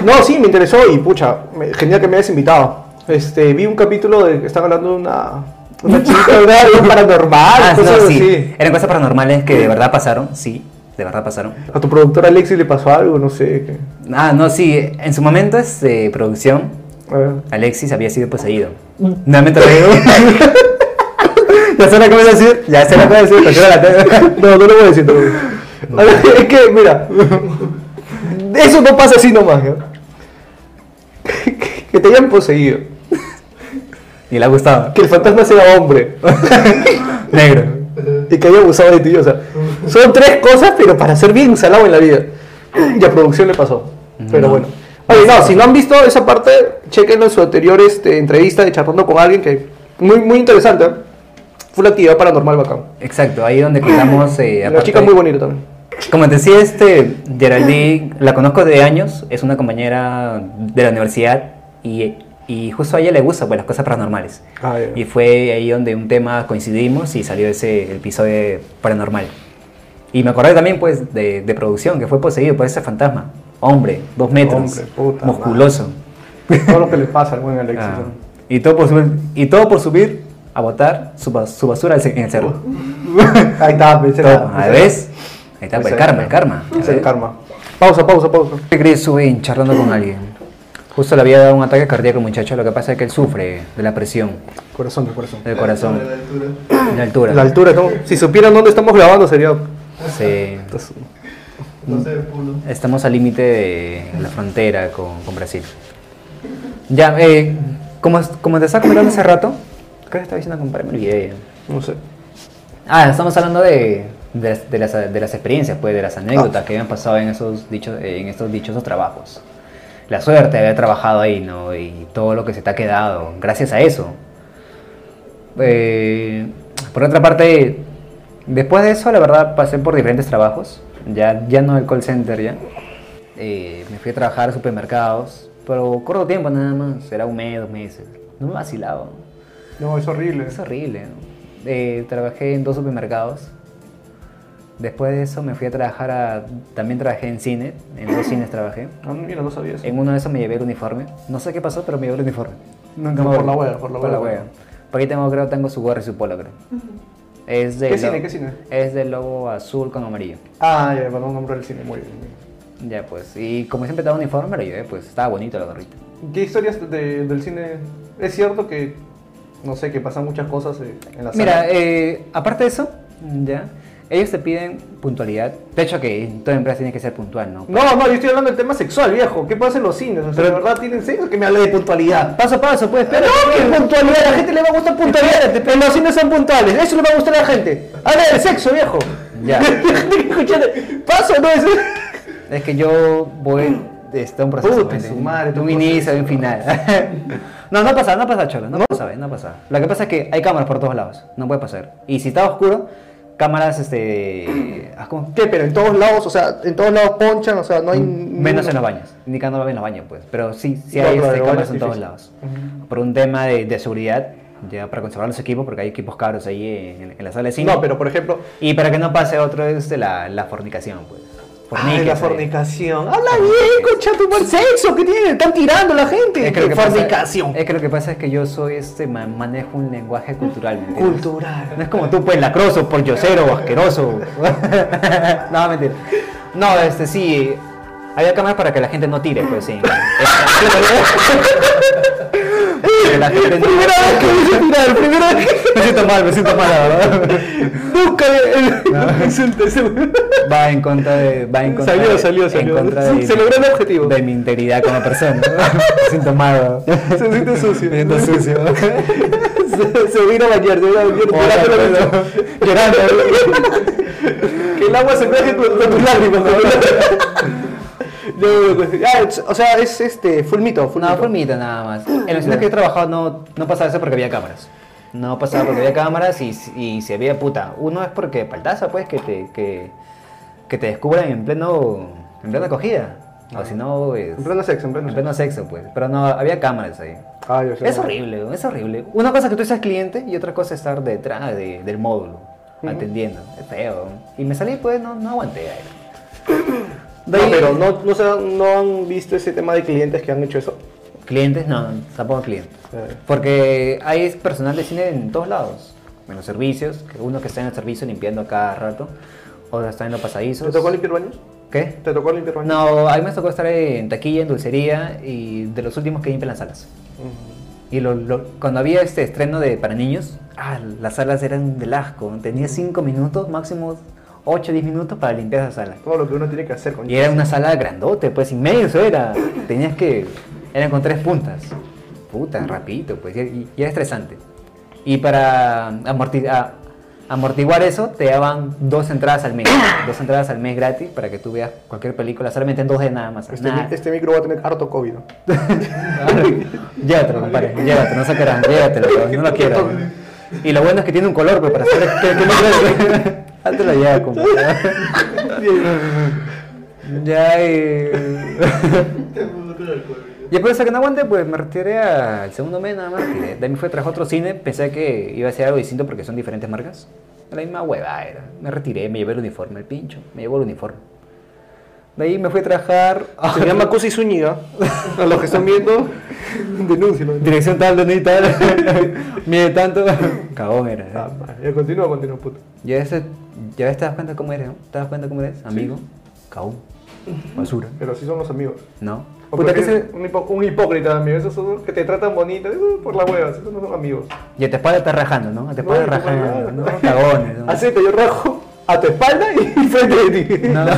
Speaker 2: No, sí, me interesó y pucha, me- genial que me hayas invitado. Este, vi un capítulo de que están hablando de una. Una chica, ¿verdad? Algo paranormal,
Speaker 1: Ah, no,
Speaker 2: cosas
Speaker 1: sí.
Speaker 2: así.
Speaker 1: Eran cosas paranormales que de verdad pasaron, sí, de verdad pasaron.
Speaker 2: A tu productora Alexis le pasó algo, no sé. que-
Speaker 1: Ah, no, sí, en su momento es de producción,
Speaker 2: a ver.
Speaker 1: Alexis había sido poseído. Nuevamente lo digo. ya sé lo que voy a decir, ya sé lo que voy a decir, pero yo la tengo.
Speaker 2: No, no lo voy a decir. no lo voy a decir. A ver, es que, mira. Eso no pasa así nomás. ¿no? Que te hayan poseído.
Speaker 1: Y le ha gustado.
Speaker 2: Que el fantasma sea hombre.
Speaker 1: Negro.
Speaker 2: y que haya abusado de ti. O sea, son tres cosas, pero para ser bien salado en la vida. Y a producción le pasó. Pero
Speaker 1: No.
Speaker 2: bueno. Oye, no, si no han visto esa parte, chequenlo en su anterior este, entrevista de charlando con alguien que muy, muy interesante. ¿eh? Fue una actividad paranormal bacán.
Speaker 1: Exacto, ahí donde contamos. Eh,
Speaker 2: La
Speaker 1: aparte-
Speaker 2: chica muy bonita también.
Speaker 1: Como te decía, este, Geraldine, la conozco de años, es una compañera de la universidad y, y justo a ella le gusta pues, las cosas paranormales.
Speaker 2: Ah, ya.
Speaker 1: Y fue ahí donde un tema coincidimos y salió ese episodio paranormal. Y me acordé también pues de, de producción, que fue poseído por ese fantasma. Hombre, dos metros,
Speaker 2: Hombre, puta
Speaker 1: musculoso.
Speaker 2: Todo lo que le pasa al buen Alexis.
Speaker 1: Ah,
Speaker 2: ¿no?
Speaker 1: y, todo por subir, y todo por subir a botar su, bas- su basura al ce- en el cerro.
Speaker 2: Ahí está, pensé
Speaker 1: Todo,
Speaker 2: la-
Speaker 1: ¿ah, ¿Ves? Ahí está,
Speaker 2: Ahí
Speaker 1: pues, el
Speaker 2: está.
Speaker 1: karma, el karma.
Speaker 2: pensé eh, el
Speaker 1: ¿ves?
Speaker 2: karma. Pausa, pausa, pausa.
Speaker 1: Regreso en charlando con alguien. Justo le había dado un ataque cardíaco al muchacho, lo que pasa es que él sufre de la presión
Speaker 2: Corazón, el corazón.
Speaker 1: del corazón,
Speaker 3: La altura.
Speaker 1: de la altura.
Speaker 2: La altura, ¿no? Si supieran dónde estamos grabando sería...
Speaker 1: Sí.
Speaker 3: No sé, pulo.
Speaker 1: Estamos al límite de la frontera con, con Brasil. Ya, eh, como, como te estaba comentando hace rato, creo que estaba diciendo compararme el video.
Speaker 2: No sé.
Speaker 1: Ah, estamos hablando de, de, las- de las, de las experiencias, pues, de las anécdotas que habían pasado en esos, dichos, en estos dichosos trabajos. La suerte de haber trabajado ahí, ¿no? Y todo lo que se te ha quedado, gracias a eso. Eh, por otra parte, después de eso, la verdad, pasé por diferentes trabajos. Ya, ya no el call center, ya. Eh, me fui a trabajar a supermercados, pero corto tiempo nada más, era un mes, dos meses. No me vacilaba.
Speaker 2: No, es horrible.
Speaker 1: Es horrible. Eh, trabajé en dos supermercados. Después de eso me fui a trabajar a... También trabajé en cine. En dos cines trabajé.
Speaker 2: Ah, mira, no sabía eso.
Speaker 1: En uno de esos me llevé el uniforme. No sé qué pasó, pero me llevé el uniforme. Nunca
Speaker 2: No,
Speaker 1: me
Speaker 2: por la
Speaker 1: olvidé.
Speaker 2: hueá, por la
Speaker 1: Por la
Speaker 2: hueá.
Speaker 1: hueá. Por ahí tengo, creo, tengo su gorra y su polo, creo. Es de
Speaker 2: ¿Qué cine, qué cine?
Speaker 1: Es del logo azul con amarillo.
Speaker 2: Ah, ya, vamos a comprar el cine, muy bien. muy bien.
Speaker 1: Ya, pues. Y como siempre estaba uniforme, me lo llevé, pues estaba bonito la gorrita.
Speaker 2: ¿Qué historias de- del cine? Es cierto que, no sé, que pasan muchas cosas eh, en la sala.
Speaker 1: Mira, eh, aparte de eso, ya, ellos te piden puntualidad. De hecho, que en toda empresa tienes que ser puntual, ¿no?
Speaker 2: No, no, yo estoy hablando del tema sexual, viejo. ¿Qué pasa en los cines? O sea, de verdad tienen sexo que me hable de puntualidad.
Speaker 1: Paso a paso, pues, espera.
Speaker 2: No, que puntualidad, a la gente le va a gustar puntualidad. En los cines son puntuales, eso le va a gustar a la gente. Habla del sexo, viejo.
Speaker 1: Ya.
Speaker 2: Escúchate, paso, no es.
Speaker 1: Es que yo voy. Está un proceso.
Speaker 2: Puta,
Speaker 1: pues,
Speaker 2: su madre,
Speaker 1: de
Speaker 2: tu
Speaker 1: un
Speaker 2: proceso.
Speaker 1: inicio, de un final. no, no pasa, no pasa, Cholo. No, pasa, ve, no pasa. Lo que pasa es que hay cámaras por todos lados. No puede pasar. Y si está oscuro, cámaras, este. ah, ¿cómo?
Speaker 2: ¿Qué? Pero en todos lados, o sea, en todos lados ponchan, o sea, no hay.
Speaker 1: Mm, Menos en los baños. Ni que no lo ven en los baños, pues. Pero sí, sí
Speaker 2: No,
Speaker 1: hay
Speaker 2: claro,
Speaker 1: este,
Speaker 2: los
Speaker 1: cámaras
Speaker 2: baños
Speaker 1: en todos
Speaker 2: difícil.
Speaker 1: lados. Por un tema de, de seguridad, ya para conservar los equipos, porque hay equipos caros ahí en, en la sala de cine.
Speaker 2: No, pero por ejemplo.
Speaker 1: Y para que no pase otro es de la, la fornicación, pues.
Speaker 2: Ay,
Speaker 1: Forniques,
Speaker 2: ah, la
Speaker 1: ahí.
Speaker 2: fornicación. Habla bien, concha, tu mal sexo, ¿qué tiene? Están tirando la gente.
Speaker 1: Es que, lo que pasa-
Speaker 2: fornicación.
Speaker 1: es que lo que pasa es que yo soy este, ma- manejo un lenguaje cultural, ¿me entiendes?
Speaker 2: Cultural.
Speaker 1: No es como tú, pues, lacroso, por o asqueroso. no, mentira. No, este, sí. Había cámaras para que la gente no tire, pues, sí. Que la gente no-
Speaker 2: Primera vez que Ah, me hice tirar, primera vez que.
Speaker 1: Me siento mal, me siento mal, la verdad.
Speaker 2: Busca
Speaker 1: Ah.
Speaker 2: el.
Speaker 1: Va en contra de. Va en contra
Speaker 2: Salió,
Speaker 1: de-
Speaker 2: salió, salió.
Speaker 1: En contra de,
Speaker 2: Se logró el objetivo.
Speaker 1: De mi integridad como persona. Me siento mal.
Speaker 2: Se siente sucio.
Speaker 1: Me siento sucio.
Speaker 2: Se, se vino a bañar, se vino a bañar.
Speaker 1: Llorando,
Speaker 2: Llorando,
Speaker 1: pues,
Speaker 2: llorando.
Speaker 1: ¿no? Llorando.
Speaker 2: Que el agua se mezcle con, con tus lágrimas. ¿no? No, no, pues, ya, es- o sea, es este, full mito, full
Speaker 1: No,
Speaker 2: mito.
Speaker 1: fue mito nada más. En los cines que he trabajado no, no pasaba eso porque había cámaras. No pasaba porque había cámaras y, y se veía puta. Uno es porque paltaza, pues, que te, que, que te descubran en pleno. en plena acogida. O si no, es-
Speaker 2: En pleno sexo, en pleno
Speaker 1: en
Speaker 2: sexo.
Speaker 1: pleno sexo, pues. Pero no, había cámaras ahí.
Speaker 2: Ay, o sea,
Speaker 1: Es horrible, weón, es horrible. Una cosa es que tú seas cliente y otra cosa es estar detrás de- del módulo, atendiendo. Es feo. weón. Y me salí, pues, no, no aguanté. ahí.
Speaker 2: No, pero no, no, se han- no han visto ese tema de clientes que han hecho eso.
Speaker 1: Clientes, no, tampoco clientes. Porque hay personal de cine en todos lados. En los servicios, que uno que está en el servicio limpiando a cada rato, otro está en los pasadizos.
Speaker 2: ¿Te tocó limpiar baños?
Speaker 1: ¿Qué?
Speaker 2: ¿Te tocó limpiar baños?
Speaker 1: No, a mí me tocó estar en taquilla, en dulcería y de los últimos que limpian las salas. Y lo- lo- cuando había este estreno de para niños, ah, las salas eran del asco. Tenía 5 minutos, máximo 8 10 minutos para limpiar esa sala.
Speaker 2: Todo lo que uno tiene que hacer con
Speaker 1: Y era una sala grandote, pues inmenso era. Tenías que. Eran con tres puntas. Puta, rapidito, pues. Y, y era estresante. Y para amorti- a- amortiguar eso, te daban dos entradas al mes. dos entradas al mes gratis para que tú veas cualquier película, solamente en dos de nada más.
Speaker 2: Este,
Speaker 1: Nada.
Speaker 2: mi- este micro va a tener harto COVID. ¿no?
Speaker 1: llévatelo, compadre. Llévatelo, no se crean. Llévatelo, pues, no lo quiero. Y lo bueno es que tiene un color, pues, para saber que, que no crees. Hazte la llave, compadre. Ya, eh...
Speaker 3: Te pudo con el cuerpo.
Speaker 1: Y después de que no aguante, pues me retiré al segundo mes nada más. y de- De ahí me fui tras otro cine, pensé que iba a ser algo distinto porque son diferentes marcas. La misma hueva era. Me retiré, me llevé el uniforme, el pincho, me llevó el uniforme. De ahí me fui a trabajar a
Speaker 2: Se llama Cusi Zúñiga. A los que están viendo, denúncialo.
Speaker 1: dirección tal, donde y tal. Mide tanto. Cagón era. ¿eh?
Speaker 2: Ah, ya, continúa, continúa, puto.
Speaker 1: Ya, ese, ya ves, te das cuenta cómo eres, ¿no? ¿Te das cuenta cómo eres? Amigo. Cagón. Basura.
Speaker 2: Pero así son los amigos.
Speaker 1: ¿No?
Speaker 2: O
Speaker 1: Puta, que
Speaker 2: porque
Speaker 1: se...
Speaker 2: un, hipo- un hipócrita, amigo. Esos son los que te tratan bonito. eso es por la hueva, esos no son amigos.
Speaker 1: Y a tu espalda estás rajando, ¿no? A tu espalda
Speaker 2: No,
Speaker 1: rajando,
Speaker 2: no,
Speaker 1: ¿no?
Speaker 2: no.
Speaker 1: Cagones. ¿no?
Speaker 2: Así que yo rajo a tu espalda y frente de ti.
Speaker 1: No, no.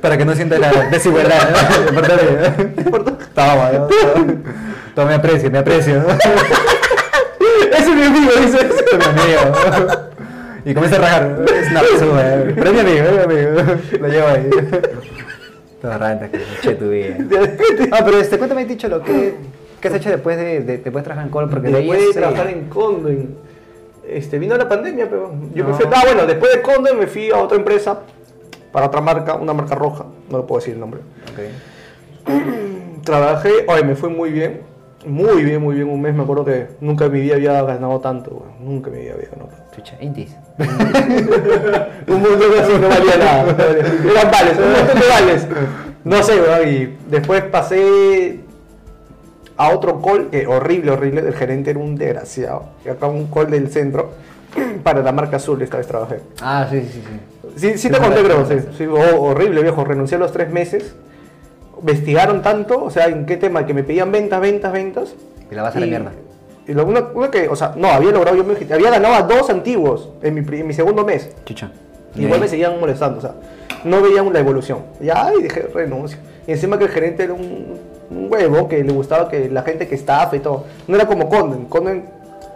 Speaker 1: Para que no sienta la desigualdad. ¿no? Importante. Toma, ¿no? Toma, me aprecio, me aprecio.
Speaker 2: Ese es mi amigo, dice.
Speaker 1: Es mi amigo. Y comienza a rajar. Es una basura. ¿eh? Pero es mi amigo, es mi amigo. Lo llevo ahí. Todo ranta, que che tu vida. Ah, pero este, cuéntame, dicho lo que. ¿Qué has hecho después de, de después de trabajar en Colo? Porque de ahí
Speaker 2: después de
Speaker 1: este,
Speaker 2: trabajar en Condon, este, vino la pandemia, pero yo me
Speaker 1: No.
Speaker 2: fui. Ah, bueno, después de Condon me fui a otra empresa para otra marca, una marca roja, no le puedo decir el nombre.
Speaker 1: Ok.
Speaker 2: Trabajé, oye, me fue muy bien.
Speaker 3: Muy bien, muy bien, un mes. Me acuerdo que nunca en mi vida había ganado tanto, weón. Nunca en mi vida había ganado tanto.
Speaker 1: Chucha, indies.
Speaker 3: Un montón de esos no valía nada. no valía. Eran vales, un montón de vales. No sé, weón. Y después pasé a otro call, que horrible, horrible. El gerente era un desgraciado. Y acá un call del centro para la marca azul, esta vez trabajé.
Speaker 1: Ah, sí, sí, sí.
Speaker 3: Sí, sí te conté, creo. Sí, sí, oh, horrible, viejo. Renuncié a los tres meses. Investigaron tanto, o sea, en qué tema, que me pedían ventas, ventas, ventas.
Speaker 1: Y la vas a la mierda.
Speaker 3: Y lo, uno, uno que, o sea, no, había logrado yo mi objetivo. Había ganado a dos antiguos en mi, pri- en mi segundo mes.
Speaker 1: Chucha.
Speaker 3: Y Igual me seguían molestando, o sea, no veían la evolución. Ya, y dije, renuncio. Y encima que el gerente era un, un huevo que le gustaba que la gente que estafa y todo. No era como Conden. Conden,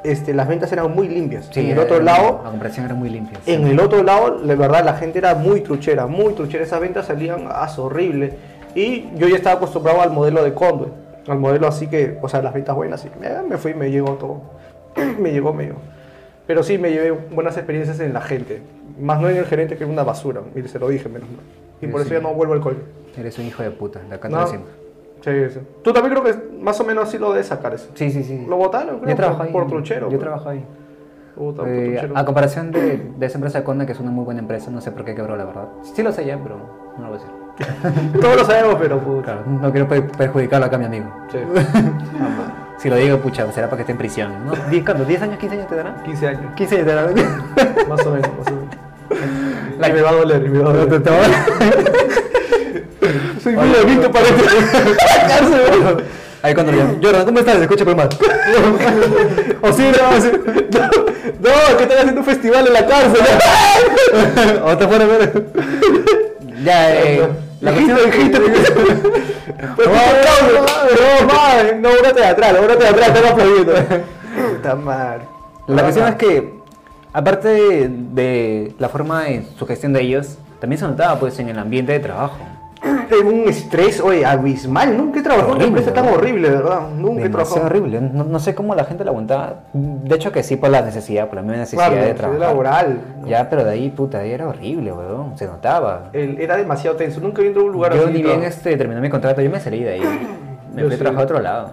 Speaker 3: este, las ventas eran muy limpias. en el otro
Speaker 1: eh,
Speaker 3: lado,
Speaker 1: La comparación era muy limpia. sí.
Speaker 3: en el otro lado, la verdad, la gente era muy truchera, muy truchera. Esas ventas salían as horrible. Y yo ya estaba acostumbrado al modelo de Conway, al modelo así que, o sea, las ventas buenas. Y me, me fui, me llegó todo. me llegó, me llegó. Pero sí, me llevé buenas experiencias en la gente. Más no en el gerente que era una basura. Y se lo dije, menos mal. Y
Speaker 1: Sí,
Speaker 3: por
Speaker 1: sí.
Speaker 3: eso ya no vuelvo al call.
Speaker 1: Eres un hijo de puta, la canta
Speaker 3: No.
Speaker 1: siempre.
Speaker 3: Sí, sí. Tú también creo que más o menos sí lo debes sacar eso.
Speaker 1: Sí, sí, sí.
Speaker 3: Lo votaron, creo,
Speaker 1: Yo trabajo
Speaker 3: por,
Speaker 1: ahí.
Speaker 3: por truchero.
Speaker 1: Yo
Speaker 3: creo.
Speaker 1: trabajo ahí.
Speaker 3: Lo votaron por
Speaker 1: Eh,
Speaker 3: truchero.
Speaker 1: a comparación de, de esa empresa de Conda, que es una muy buena empresa, no sé por qué quebró, la verdad. Sí lo sé ya, pero no lo voy a decir.
Speaker 3: Todos lo sabemos, pero puta.
Speaker 1: Eh, Claro, no quiero pe- perjudicarlo acá a mi amigo.
Speaker 3: Sí.
Speaker 1: Si lo digo, pucha, será para que esté en prisión. ¿no? ¿Diez- ¿Cuánto? ¿10 años, 15 años te darán?
Speaker 3: 15 años.
Speaker 1: 15 años te darán.
Speaker 3: Más o menos, más o menos. Y me va a doler, y me va a doler. Soy muy adicto para esto.
Speaker 1: Ahí cuando le llaman, Jordan, ¿cómo estás? Escucha, por más.
Speaker 3: O sí, no, sí. No, no, que están haciendo un festival en la cárcel.
Speaker 1: O te fuera a ver. Ya, eh. La cuestión
Speaker 3: de dijiste. Pero
Speaker 1: No,
Speaker 3: no, no, madre. No, una teatral, una teatral, estamos aplaudiendo. Puta madre.
Speaker 1: La cuestión es que, aparte de, de la forma de su gestión de ellos, también se notaba pues en el ambiente de trabajo.
Speaker 3: Tengo un estrés, oye, abismal. Nunca he trabajado en una
Speaker 1: Horrible,
Speaker 3: empresa tan
Speaker 1: ¿verdad?
Speaker 3: horrible, ¿verdad? Nunca he
Speaker 1: Demasiado
Speaker 3: trabajado.
Speaker 1: horrible. No, no sé cómo la gente la aguantaba. De hecho que sí por la necesidad, por la misma necesidad
Speaker 3: Claro,
Speaker 1: de trabajar.
Speaker 3: laboral.
Speaker 1: Ya, pero de ahí, puta, ahí era horrible, weón. Se notaba.
Speaker 3: El- Era demasiado tenso. Nunca he entrado a un lugar
Speaker 1: Yo
Speaker 3: así.
Speaker 1: ni
Speaker 3: ¿no?
Speaker 1: bien este, terminé mi contrato, yo me salí de ahí. Me
Speaker 3: Yo
Speaker 1: fui a
Speaker 3: sí.
Speaker 1: trabajar a otro lado.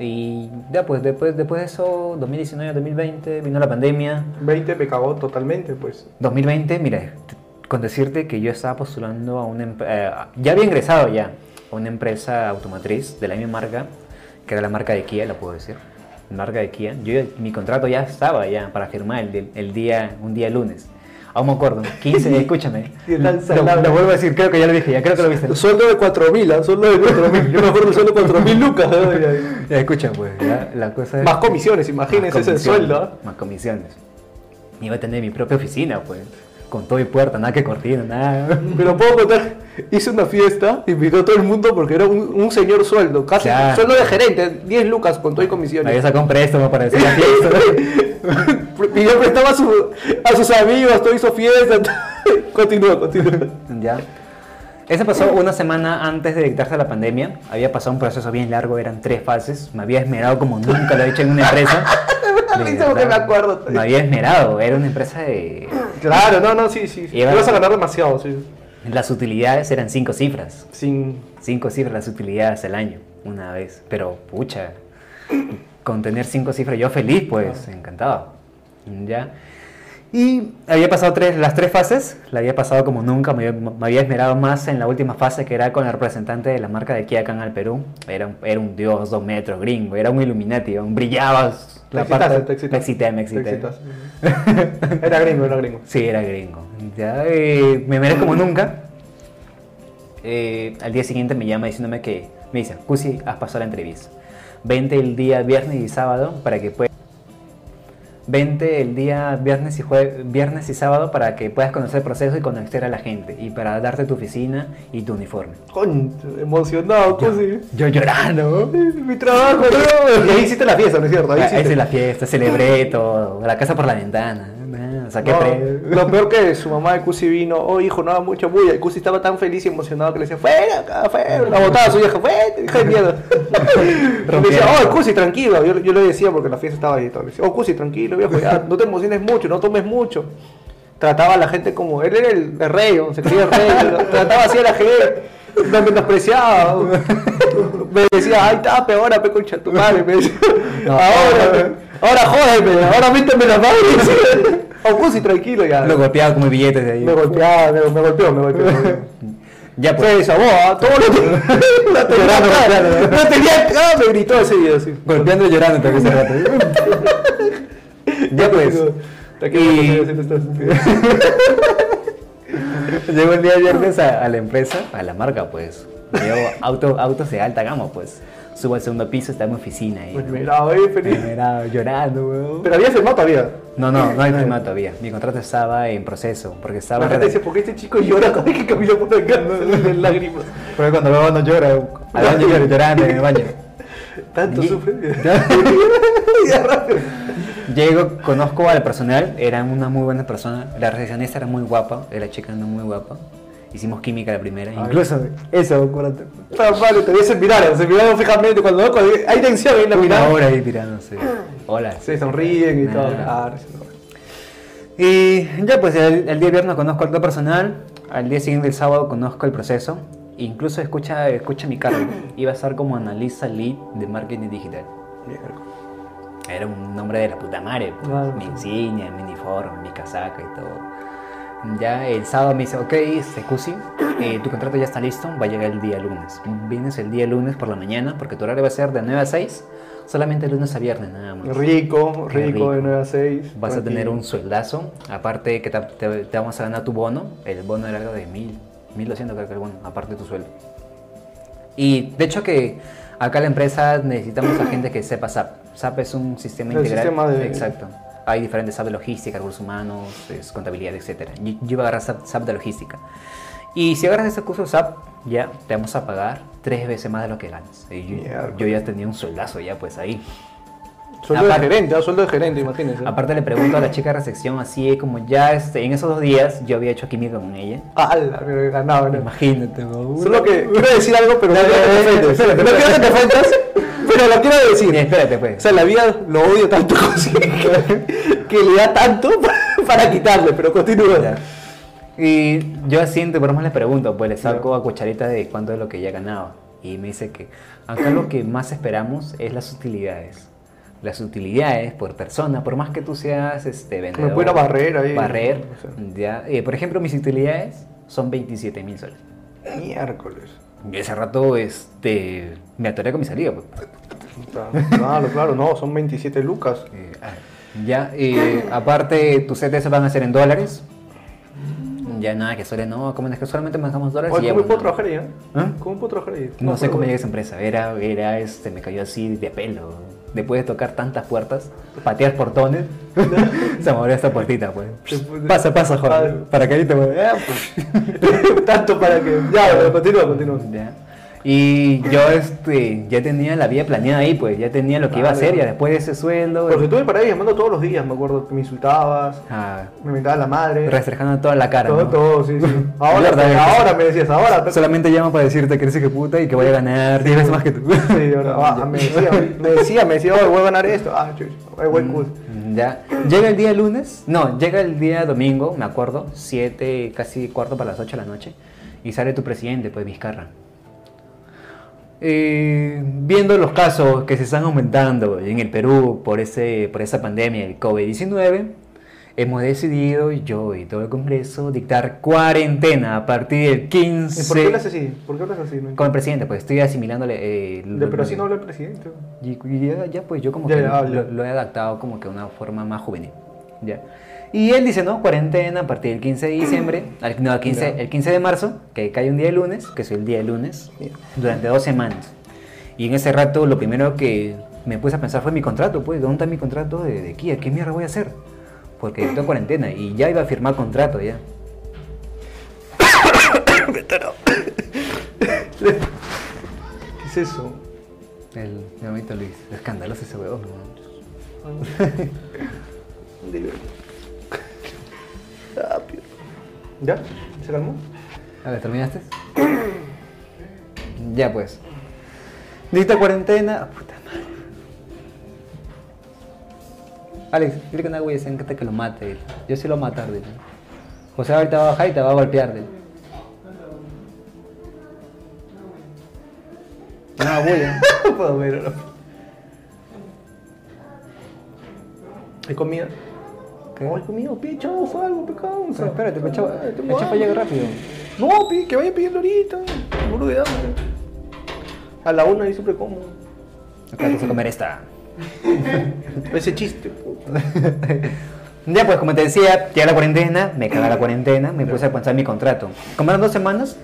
Speaker 1: Y ya, pues después, después de eso, 2019, 2020, vino la pandemia.
Speaker 3: 20 me cagó totalmente, pues.
Speaker 1: 2020, mira, t- con decirte que yo estaba postulando a una... emp- eh, ya había ingresado ya a una empresa automotriz de la misma marca, que era la marca de Kia, la puedo decir. La marca de Kia. Yo, ya- mi contrato ya estaba ya para firmar el, del- el día, un día lunes. Aún me acuerdo, 15, escúchame.
Speaker 3: Y tan
Speaker 1: lo,
Speaker 3: salado.
Speaker 1: lo vuelvo a decir, creo que ya lo dije, ya creo que lo viste.
Speaker 3: Sueldo de 4000, ¿ah? sueldo de 4000. Yo me acuerdo sueldo de 4000 lucas. ¿no? Ya, ya.
Speaker 1: Ya escucha, pues, ya, la cosa es...
Speaker 3: Más comisiones, imagínense
Speaker 1: Más
Speaker 3: ese
Speaker 1: comisiones,
Speaker 3: sueldo. ¿ah?
Speaker 1: Más comisiones. Iba a tener mi propia oficina, pues. Con todo y puerta, nada que cortina, nada.
Speaker 3: Pero puedo contar, hice una fiesta, invitó a todo el mundo porque era un, un señor sueldo, casi
Speaker 1: Claro.
Speaker 3: sueldo de gerente, 10 lucas con todo y
Speaker 1: Me había
Speaker 3: comisiones.
Speaker 1: sacado un préstamo para decir la fiesta.
Speaker 3: Y yo prestaba a, su- a sus amigos, todo hizo fiesta. continúa, continúa.
Speaker 1: ya. Ese pasó una semana antes de dictarse la pandemia. Había pasado un proceso bien largo, eran tres fases. Me había esmerado como nunca lo he hecho en una empresa.
Speaker 3: Me
Speaker 1: De
Speaker 3: hizo porque
Speaker 1: verdad,
Speaker 3: me acuerdo.
Speaker 1: Me había esmerado, era una empresa de...
Speaker 3: Claro, no, no, sí, sí. sí.
Speaker 1: Y era-
Speaker 3: Ibas a ganar demasiado, sí.
Speaker 1: Las utilidades eran cinco cifras.
Speaker 3: Sin.
Speaker 1: Cinco cifras las utilidades al año, una vez. Pero, pucha, con tener cinco cifras yo feliz, pues, encantado. ¿Ya? Y había pasado tres, las tres fases, la había pasado como nunca, me, había- me había esmerado más en la última fase que era con el representante de la marca de Kia acá en el Perú. Era un, era un dios, dos metros, gringo, era un Illuminati, aún brillabas.
Speaker 3: Te excitaste, te
Speaker 1: me
Speaker 3: excitaste.
Speaker 1: excité, me
Speaker 3: Te
Speaker 1: excité.
Speaker 3: excitaste. Era gringo, era gringo.
Speaker 1: Sí, era gringo. Ya, eh, me merezco como nunca. Eh, al día siguiente me llama diciéndome que me dice, Cusi, has pasado la entrevista. Vente el día viernes y sábado para que puedas. Vente el día viernes y jue- viernes y sábado para que puedas conocer el proceso y conocer a la gente y para darte tu oficina y tu uniforme.
Speaker 3: Coño, emocionado,
Speaker 1: Oh,
Speaker 3: casi.
Speaker 1: Yo llorando.
Speaker 3: Mi trabajo, no. Y ahí hiciste la fiesta, ¿no es cierto? Ahí
Speaker 1: Ah, Esa
Speaker 3: hiciste.
Speaker 1: es la fiesta, celebré todo, la casa por la ventana. Ah, Saqué pre-
Speaker 3: No, lo peor que su mamá de Cusi vino, oh hijo, no haga mucha bulla. Y Cusi estaba tan feliz y emocionado que le decía, fuera, acá, fuera. La botaba a su vieja, fuera, hija de mierda. Y le decía, oh Cusi, tranquilo. Yo, yo le decía porque la fiesta estaba ahí. y todo. Le decía, oh Cusi, tranquilo, viejo, ya, no te emociones mucho, no tomes mucho. Trataba a la gente como, él era el, el rey, ¿no? se creía el rey. ¿no? Trataba así a la gente, la menospreciaba. ¿no?
Speaker 2: Me decía, ay, tape, ahora, pe, concha tu madre. Me decía,
Speaker 1: No,
Speaker 2: ahora, pe, ahora jódeme, ahora méteme la madre. O pusi, tranquilo ya.
Speaker 1: Lo golpeaba con mis billetes de ahí.
Speaker 2: Me golpeaba, me, me golpeó, me golpeó. me golpeó.
Speaker 1: Ya
Speaker 2: Se
Speaker 1: pues,
Speaker 2: desahogó, ¿ah? todo lo que. La tenía
Speaker 1: Llorando,
Speaker 2: acá,
Speaker 1: llorando. Ah.
Speaker 2: la tenía acá, me gritó ese video, sí.
Speaker 1: golpeando y llorando también ese rato. ya pues.
Speaker 2: Tranquilo,
Speaker 1: Y-
Speaker 2: tranquilo,
Speaker 1: Llego el día viernes a, a la empresa, a la marca, pues. Llevo auto, autos de alta gama, pues. Subo al segundo piso, está mi oficina ahí.
Speaker 2: Pues mira, oye, feliz.
Speaker 1: Era llorando, weón.
Speaker 2: Pero había firmado todavía.
Speaker 1: No, no, no hay firmado todavía. Mi contrato estaba en proceso, porque estaba...
Speaker 2: La gente dice, ¿por qué este chico llora cada vez que camina por la cárcel en lágrimas?
Speaker 1: Porque cuando veo no llora, al baño lloro, llorando en el baño.
Speaker 2: Tanto
Speaker 3: Ah,
Speaker 1: Ye-
Speaker 2: sufre.
Speaker 1: Llego, conozco al personal, era una muy buena persona, la recepcionista era muy guapa, era chica no muy guapa. Hicimos química la primera, incluso...
Speaker 2: eso, acuérdate. Está mal, te se miraron, se miraron fijamente cuando, cuando hay tensión en la
Speaker 1: Una
Speaker 2: mirada.
Speaker 1: hora ahí tirándose. Hola.
Speaker 2: Se sonríen y
Speaker 1: Ah.
Speaker 2: todo. Ah, sí, no.
Speaker 1: Y ya pues el, el día viernes conozco al personal, al día siguiente el sábado conozco el proceso, incluso escucha, escucha mi cargo, iba a estar como analista lead de marketing digital. Era un nombre de la puta madre, pues,
Speaker 2: Claro,
Speaker 1: mi
Speaker 2: sí.
Speaker 1: insignia, mi uniforme, mi casaca y todo. Ya el sábado me dice, ok, este Cusi, eh, tu contrato ya está listo, va a llegar el día lunes. Vienes el día lunes por la mañana porque tu horario va a ser de 9 a 6, solamente lunes a viernes nada más.
Speaker 2: Rico,
Speaker 1: Qué
Speaker 2: rico de
Speaker 1: rico.
Speaker 2: 9 a 6.
Speaker 1: Vas a tener un sueldazo, aparte que te, te- te vamos a ganar tu bono, el bono era algo de 1000, 1200 creo que el bono, aparte de tu sueldo. Y de hecho que acá en la empresa necesitamos a gente que sepa SAP. SAP es un sistema
Speaker 2: El
Speaker 1: integral.
Speaker 2: sistema de-
Speaker 1: Exacto. Hay diferentes SAP de logística, recursos humanos, es contabilidad, etc. Yo, yo iba a agarrar SAP, SAP de logística. Y si agarras ese curso de SAP, ya te vamos a pagar tres veces más de lo que ganas. Y yo-
Speaker 2: Mierda.
Speaker 1: yo ya tenía un sueldazo ya pues ahí.
Speaker 2: Sueldo de
Speaker 1: Aparte-
Speaker 2: gerente, ah, sueldo de gerente, imagínense.
Speaker 1: Aparte le pregunto a la chica de recepción, así como ya este, en esos dos días yo había hecho química con ella.
Speaker 2: ¡Hala! Me ganaba, ¿no?
Speaker 1: Imagínate, ¿no?
Speaker 2: Solo que quiero decir algo, pero no
Speaker 1: Ya,
Speaker 2: quiero
Speaker 1: ya,
Speaker 2: que te
Speaker 1: ya,
Speaker 2: ofendas. No
Speaker 1: espérate,
Speaker 2: quiero que te ofendas, pero lo quiero decir.
Speaker 1: Sí, espérate, pues.
Speaker 2: O sea, la vida lo odio tanto José, que, que le da tanto para, quitarle, pero continúa.
Speaker 1: Ya. Y yo así entre bromas le pregunto, pues le saco a cucharita de cuánto es lo que ella ganaba. Y me dice que acá lo que más esperamos es las utilidades. Las utilidades por persona, por más que tú seas este, vendedor.
Speaker 2: pudiera barrer ahí.
Speaker 1: Barrer,
Speaker 2: No
Speaker 1: ya. Eh, por ejemplo, mis utilidades son 27 mil soles.
Speaker 2: Miércoles.
Speaker 1: Y ese rato este, me atoré con mi salida. pues.
Speaker 2: Puta, Claro, claro, no, son 27 lucas.
Speaker 1: Eh, ah, ya, eh, aparte, tus CTS van a ser en dólares. Ya nada, que suele no, como es que solamente manejamos dólares. y
Speaker 2: Oye, ¿cómo
Speaker 1: euros,
Speaker 2: puedo
Speaker 1: ¿no?
Speaker 2: trabajar ahí? eh?
Speaker 1: ¿Ah?
Speaker 2: ¿Cómo puedo trabajar ahí?
Speaker 1: No sé cómo
Speaker 2: pero-
Speaker 1: llegué a esa empresa, era, era este, me cayó así de pelo. Después de tocar tantas puertas, patear portones, se me abrió esta puertita, pues.
Speaker 2: Después de-
Speaker 1: Pasa, pasa, joder.
Speaker 2: Padre.
Speaker 1: Para que ahí te voy.
Speaker 2: Ah, pues. Tanto para que. Ya, pero continúa, continúa.
Speaker 1: Ya. Y yo este, ya tenía la vida planeada ahí, pues, ya tenía lo que iba a
Speaker 2: Vale.
Speaker 1: hacer, ya después de ese sueldo.
Speaker 2: Porque estuve para ahí llamando todos los días, me acuerdo. Me insultabas,
Speaker 1: ah,
Speaker 2: me mentabas la madre.
Speaker 1: Rastrejando toda la cara.
Speaker 2: Todo,
Speaker 1: ¿no?
Speaker 2: todo, sí, sí. Ahora,
Speaker 1: Mierda, eh.
Speaker 2: ahora me decías, ahora. pero-
Speaker 1: Solamente llamo para decirte que eres hijo de puta y que voy a ganar 10 veces más que tú.
Speaker 2: Sí, ahora, ah, me decía, me decía, me decía, "Oye, voy a ganar esto. Ah, chucho, oye, voy
Speaker 1: Mm,
Speaker 2: cool.
Speaker 1: Ya. Llega el día lunes, no, llega el día domingo, me acuerdo, 7, casi cuarto para las 8 de la noche, y sale tu presidente, pues Vizcarra. Eh, viendo los casos que se están aumentando en el Perú por, ese, por esa pandemia, el COVID-19, hemos decidido, yo y todo el Congreso, dictar cuarentena a partir del
Speaker 2: ¿Y
Speaker 1: 15.
Speaker 2: ¿Por qué hablas así? ¿Por qué hablas así? No
Speaker 1: Con el presidente, pues estoy asimilándole. eh,
Speaker 2: entiendo.
Speaker 1: lo-
Speaker 2: Pero así no habla el presidente.
Speaker 1: y, y ya, ya, pues yo como
Speaker 2: Ya,
Speaker 1: que
Speaker 2: ya,
Speaker 1: lo-
Speaker 2: ya.
Speaker 1: Lo, lo he adaptado como que a una forma más juvenil. Ya. Y él dice, no, cuarentena a partir del 15 de diciembre, al- no, el 15,
Speaker 2: Ya.
Speaker 1: el 15 de marzo, que cae un día de lunes, que soy el día de lunes, durante dos semanas. Y en ese rato lo primero que me puse a pensar fue mi contrato, pues, ¿dónde está mi contrato de, de Kia? ¿Qué mierda voy a hacer? Porque estoy en cuarentena y ya iba a firmar contrato ya.
Speaker 2: ¿Qué es eso?
Speaker 1: El mi amiguito Luis, escandaloso ese huevón. ¿no?
Speaker 2: Rápido. ¿Ya? ¿Se calmó?
Speaker 1: A ver, ¿terminaste? ya pues. Dicta cuarentena. Ah, Puta madre. Alex, dile que no güey, se encanta que lo mate. dile. Yo sí lo voy a matar, dile. José ahorita va a bajar y te va a golpear, dile.
Speaker 3: Una bulla. Puedo ver, bro. ¿Hay comida?
Speaker 1: ¿Qué?
Speaker 3: No, hay comida, picho, fue algo, pecado. Eh,
Speaker 1: Pero espérate, pues, chava-
Speaker 3: Ay, tengo
Speaker 1: el chapa llega
Speaker 3: hambre.
Speaker 1: rápido.
Speaker 3: No, pi, que vaya pidiendo ahorita. Seguro de hambre. A la una ahí siempre como.
Speaker 1: Acá vamos a comer esta.
Speaker 3: Ese chiste, puta.
Speaker 1: Ya, pues como te decía, llega la cuarentena, me caga la cuarentena, me puse a pensar mi contrato. Como eran dos semanas,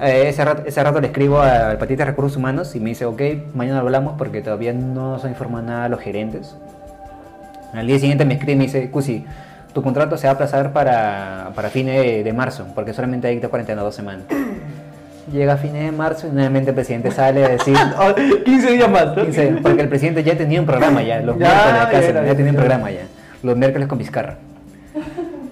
Speaker 1: eh, ese, rato, ese rato le escribo al patita de recursos humanos y me dice, ok, mañana hablamos porque todavía no nos han informado nada a los gerentes. Al día siguiente me escribe y me dice, Cusi, tu contrato se va a aplazar para, para fines de, de marzo, porque solamente hay de cuarentena dos semanas. Llega a fines de marzo y nuevamente el presidente sale a decir,
Speaker 3: Ah, 15 días más, ¿no?
Speaker 1: Dice, porque el presidente ya tenía un programa ya, los
Speaker 3: Ya,
Speaker 1: miércoles acá
Speaker 3: ya
Speaker 1: se-
Speaker 3: era,
Speaker 1: ya tenía un
Speaker 3: ya.
Speaker 1: programa ya, los miércoles con Vizcarra.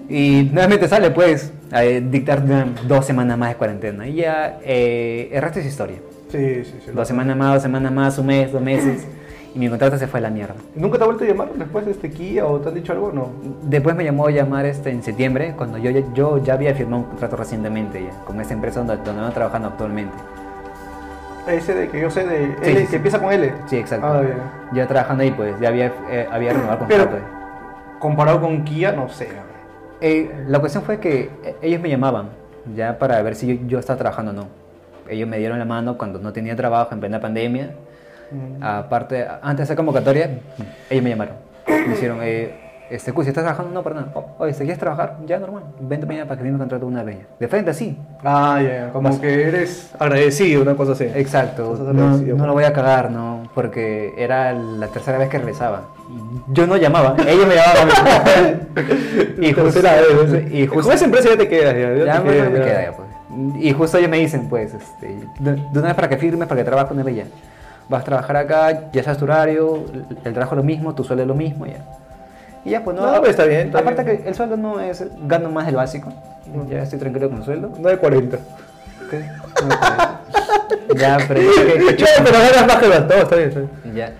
Speaker 1: Y nuevamente sale pues a eh, dictar una- dos semanas más de cuarentena. Y ya, eh, el resto es historia.
Speaker 3: Sí, sí, sí.
Speaker 1: Dos semanas más, dos semanas más, un mes, dos meses. Y mi contrato se fue a la mierda.
Speaker 3: ¿Nunca te ha vuelto a llamar después de este Kia o te han dicho algo? No.
Speaker 1: Después me llamó a llamar este, en septiembre, cuando yo, ya- yo ya había firmado un contrato recientemente ya, con esta empresa donde, donde ando trabajando actualmente.
Speaker 3: Ese de que yo sé de L,
Speaker 1: Sí, sí,
Speaker 3: que
Speaker 1: sí.
Speaker 3: empieza con L.
Speaker 1: Sí, exacto.
Speaker 3: Ah, bien.
Speaker 1: Ya trabajando ahí pues, ya había, eh, había renovado el
Speaker 3: Pero-
Speaker 1: contrato.
Speaker 3: Comparado con Kia, no sé.
Speaker 1: Eh, la cuestión fue que eh, ellos me llamaban ya para ver si yo, yo estaba trabajando o no. Ellos me dieron la mano cuando no tenía trabajo en plena pandemia.
Speaker 3: Mm.
Speaker 1: Aparte, antes de esa convocatoria, ellos me llamaron. Me hicieron, eh, este, Cusi, ¿estás trabajando? No, perdón. Oh, oye, ¿te quieres trabajar? Ya, normal. Vente mañana para que firme contrato de una vez. De frente, así.
Speaker 3: Ah, ya, ya, como que eres agradecido, una cosa así.
Speaker 1: Exacto.
Speaker 3: Entonces,
Speaker 1: No,
Speaker 3: agradecido,
Speaker 1: no lo
Speaker 3: pues.
Speaker 1: voy a cagar, ¿no? Porque era la tercera vez que regresaba. Yo no llamaba, ellos me llamaban. a mí. y
Speaker 3: La
Speaker 1: justo-
Speaker 3: tercera vez,
Speaker 1: y
Speaker 3: y
Speaker 1: justo-
Speaker 3: justo esa empresa ya te quedas, ya, ya
Speaker 1: Ya,
Speaker 3: te
Speaker 1: bueno,
Speaker 3: quedas,
Speaker 1: me
Speaker 3: ya.
Speaker 1: queda ya, pues. Y justo ellos me dicen, pues, este, de, de una vez para que firmes, para que trabajes con ella. Vas a trabajar acá, ya sabes tu horario, el, el trabajo es lo mismo, tu sueldo es lo mismo, ya. Y ya, pues no.
Speaker 3: No, pues, está bien, está
Speaker 1: aparte
Speaker 3: bien.
Speaker 1: que el sueldo no es, gano más del básico. Ya estoy tranquilo con el sueldo.
Speaker 3: 9.40.
Speaker 1: ya, pero yo que- que
Speaker 3: Ya, pero ganas más que las dos, está bien, está bien.
Speaker 1: Ya.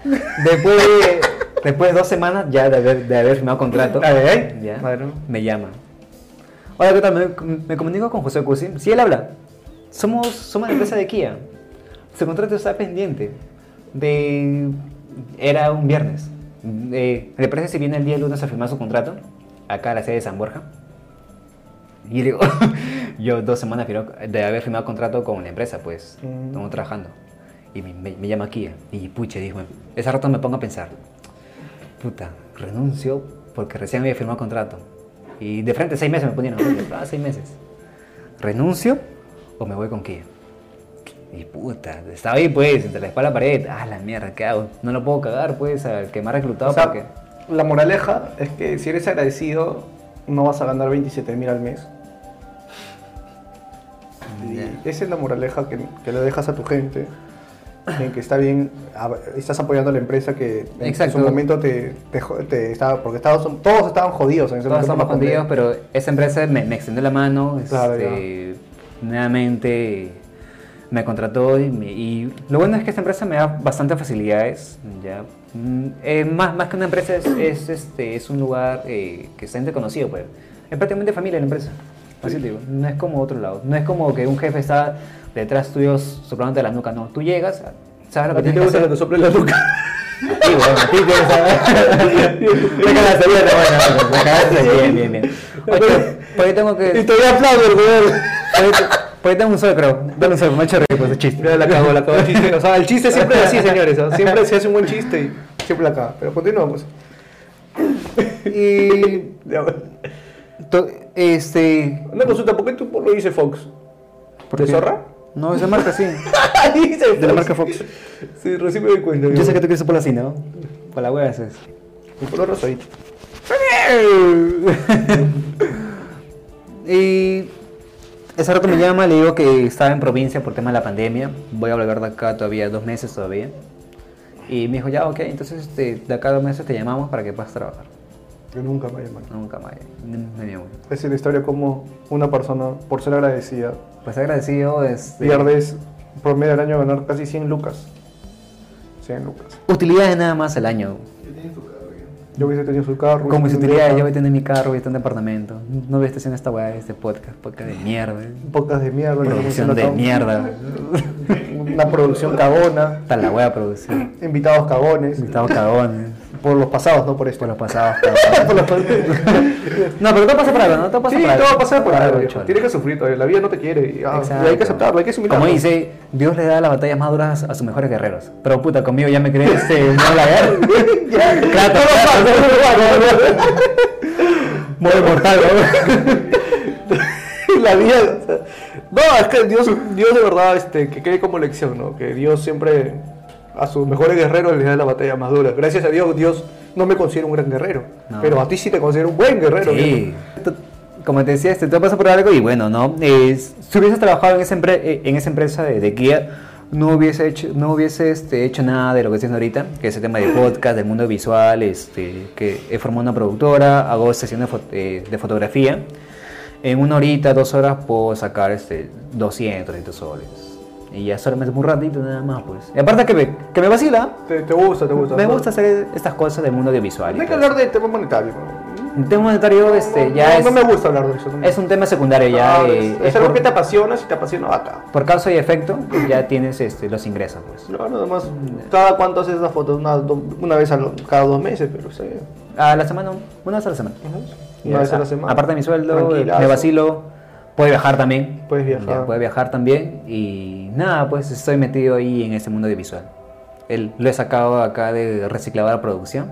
Speaker 1: Después de, después de dos semanas ya de haber, de haber firmado contrato,
Speaker 3: Ay, ay.
Speaker 1: ya,
Speaker 3: Bueno.
Speaker 1: me llama. Hola, ¿qué tal? Me, me comunico con José Cusi. Sí, él habla. Somos, somos la empresa de Kia. Su contrato está pendiente. De... Era un viernes. Eh, ¿Le parece si viene el día lunes a firmar su contrato? Acá a la sede de San Borja. Y digo, yo dos semanas firmado- de haber firmado contrato con la empresa, pues,
Speaker 3: Mm.
Speaker 1: estamos trabajando. Y me, me- me llama Kia. Y puche, dijo, ese rato me pongo a pensar, puta, renuncio porque recién había firmado contrato. Y de frente seis meses me ponían, oye, ah, seis meses. ¿Renuncio o me voy con Kia? Y puta, estaba ahí pues, entre la espalda y la pared. Ah, la mierda, ¿qué hago? No lo puedo cagar pues, al que me ha reclutado
Speaker 3: O sea,
Speaker 1: porque...
Speaker 3: la moraleja es que si eres agradecido, no vas a ganar 27 mil al mes. Y esa es la moraleja que, que le dejas a tu gente. En que está bien, a- estás apoyando a la empresa que en
Speaker 1: Exacto.
Speaker 3: su momento te, te, jo- te estaba, porque estabas- todos estaban jodidos en ese
Speaker 1: Todos
Speaker 3: momento.
Speaker 1: estamos
Speaker 3: por la
Speaker 1: contigo, pero esa empresa me, me extendió la mano,
Speaker 3: Claro,
Speaker 1: este, nuevamente me contrató y, me- y lo bueno es que esta empresa me da bastantes facilidades, ya. Mm, eh, más, más que una empresa es, es, este, es un lugar eh, que está gente conocido, pues. Es prácticamente familia la empresa, así te digo. No es como otro lado, no es como que un jefe está detrás tuyo soplándote la nuca, no. Tú llegas, sabes lo
Speaker 3: pandemia.
Speaker 1: que tienes que
Speaker 3: A ti te gusta que te
Speaker 1: hacer.
Speaker 3: sople la nuca.
Speaker 1: Sí, bueno, a ti tienes que- Me cagaste, bien, bueno, bueno, me cagaste, bien, bien, bien. Oye, ¿por qué tengo que...?
Speaker 3: Y todavía aplaudo, weón.
Speaker 1: ¿Por qué- por qué tengo un solo, creo? Dale un solo, me ha hecho reír, pues, de chiste.
Speaker 3: Mira, la cago, la cago el chiste. O sea, el chiste siempre es así, señores. ¿ah? ¿no? Siempre se hace un buen chiste y siempre la caga. Pero continuamos.
Speaker 1: Y...
Speaker 3: Ya, pues. bueno.
Speaker 1: to- Este...
Speaker 3: Una consulta, pues, ¿por qué tu polo dice Fox?
Speaker 1: ¿por
Speaker 3: ¿De
Speaker 1: qué?
Speaker 3: zorra?
Speaker 1: No, es de marca, sí.
Speaker 3: dice
Speaker 1: De la marca Fox.
Speaker 3: Sí, recién me doy cuenta.
Speaker 1: Yo sé que tú quieres por así, ¿no? Para la wea haces.
Speaker 3: Mi color rosadito.
Speaker 1: y ese rato me llama, le digo que estaba en provincia por tema de la pandemia. Voy a volver de acá todavía, dos meses todavía. Y me dijo, ya, ok, entonces este, de acá a dos meses te llamamos para que puedas trabajar.
Speaker 3: Yo nunca me llamado.
Speaker 1: Nunca más. ni- ni me voy.
Speaker 3: Esa es la historia como una persona, por ser agradecida,
Speaker 1: Pues agradecido, este,
Speaker 3: pierdes promedio al año ganar casi 100 lucas. 100 lucas.
Speaker 1: utilidades nada más el año.
Speaker 4: Yo tenía su carro ya.
Speaker 3: Yo hubiese tenido su carro.
Speaker 1: Como si
Speaker 3: hubiese
Speaker 1: utilidades, yo
Speaker 3: tenido
Speaker 1: voy a tener mi carro, voy a tener departamento. No voy a estar haciendo esta weá de este podcast, podcast de mierda.
Speaker 3: Pocas de mierda.
Speaker 1: Producción de mierda.
Speaker 3: mierda. una producción cagona,
Speaker 1: Tal la wea producción.
Speaker 3: invitados cagones,
Speaker 1: Estamos cagones.
Speaker 3: por los pasados, no por esto.
Speaker 1: ¿eh? Por los pasados. cagones.
Speaker 3: Por los pasados.
Speaker 1: No, pero todo pasa por algo, ¿no? Todo pasa
Speaker 3: Sí,
Speaker 1: por algo.
Speaker 3: todo va a pasar por
Speaker 1: Claro,
Speaker 3: algo.
Speaker 1: cholo.
Speaker 3: viejo. Tienes que sufrir todavía. La vida no te quiere. Y, ah,
Speaker 1: Exacto.
Speaker 3: y hay que aceptarlo, hay que sumirlo.
Speaker 1: Como dice, Dios le da las batallas más duras a sus mejores guerreros. Pero puta, conmigo ya me crees este, no la guerra. Kratos, Kratos. Muy mortal,
Speaker 3: la vida. o sea, no, es que Dios, Dios de verdad, este, que quede como lección, ¿no? Que Dios siempre a sus mejores guerreros les da la batalla más dura. Gracias a Dios, Dios no me considera un gran guerrero.
Speaker 1: No.
Speaker 3: Pero a ti sí te considero un buen guerrero.
Speaker 1: Sí. Tú- Como te decía, este, todo pasa por algo y bueno, ¿no? Eh, si hubieses trabajado en esa, empre- eh, en esa empresa de, de Kia, no hubiese hecho, no hubiese este, hecho nada de lo que estoy haciendo ahorita, que es el tema de podcast, del mundo visual, este, que he formado una productora, hago sesiones fo- eh, de fotografía. En una horita, dos horas puedo sacar este, 200, 300 soles. Y ya solamente un ratito nada más, pues. Y aparte que me, que me vacila,
Speaker 3: Te, te gusta, te gusta.
Speaker 1: me
Speaker 3: ¿no?
Speaker 1: gusta hacer estas cosas del mundo audiovisual.
Speaker 3: No hay que hablar de temas monetarios.
Speaker 1: El tema monetario este, ya
Speaker 3: no,
Speaker 1: es...
Speaker 3: no me gusta hablar de eso. no me
Speaker 1: Es un tema secundario ya.
Speaker 3: No,
Speaker 1: eh,
Speaker 3: Ah, es,
Speaker 1: es
Speaker 3: es algo
Speaker 1: por,
Speaker 3: que te apasiona, si te apasiona, acá.
Speaker 1: por causa y efecto, ya tienes este, los ingresos, pues.
Speaker 3: No, nada más, cada cuánto haces esas fotos, una, do- una vez a lo- cada dos meses, pero está bien.
Speaker 1: A la semana, una vez a la semana.
Speaker 3: Una
Speaker 1: Ya,
Speaker 3: vez a la
Speaker 1: a-
Speaker 3: semana.
Speaker 1: Aparte de mi sueldo, eh,
Speaker 3: Tranquilazo.
Speaker 1: me vacilo, puede viajar también.
Speaker 3: Puedes viajar.
Speaker 1: Ya, puede viajar también. Y nada, pues estoy metido ahí en este mundo audiovisual. El- lo he sacado acá de recicladora producción.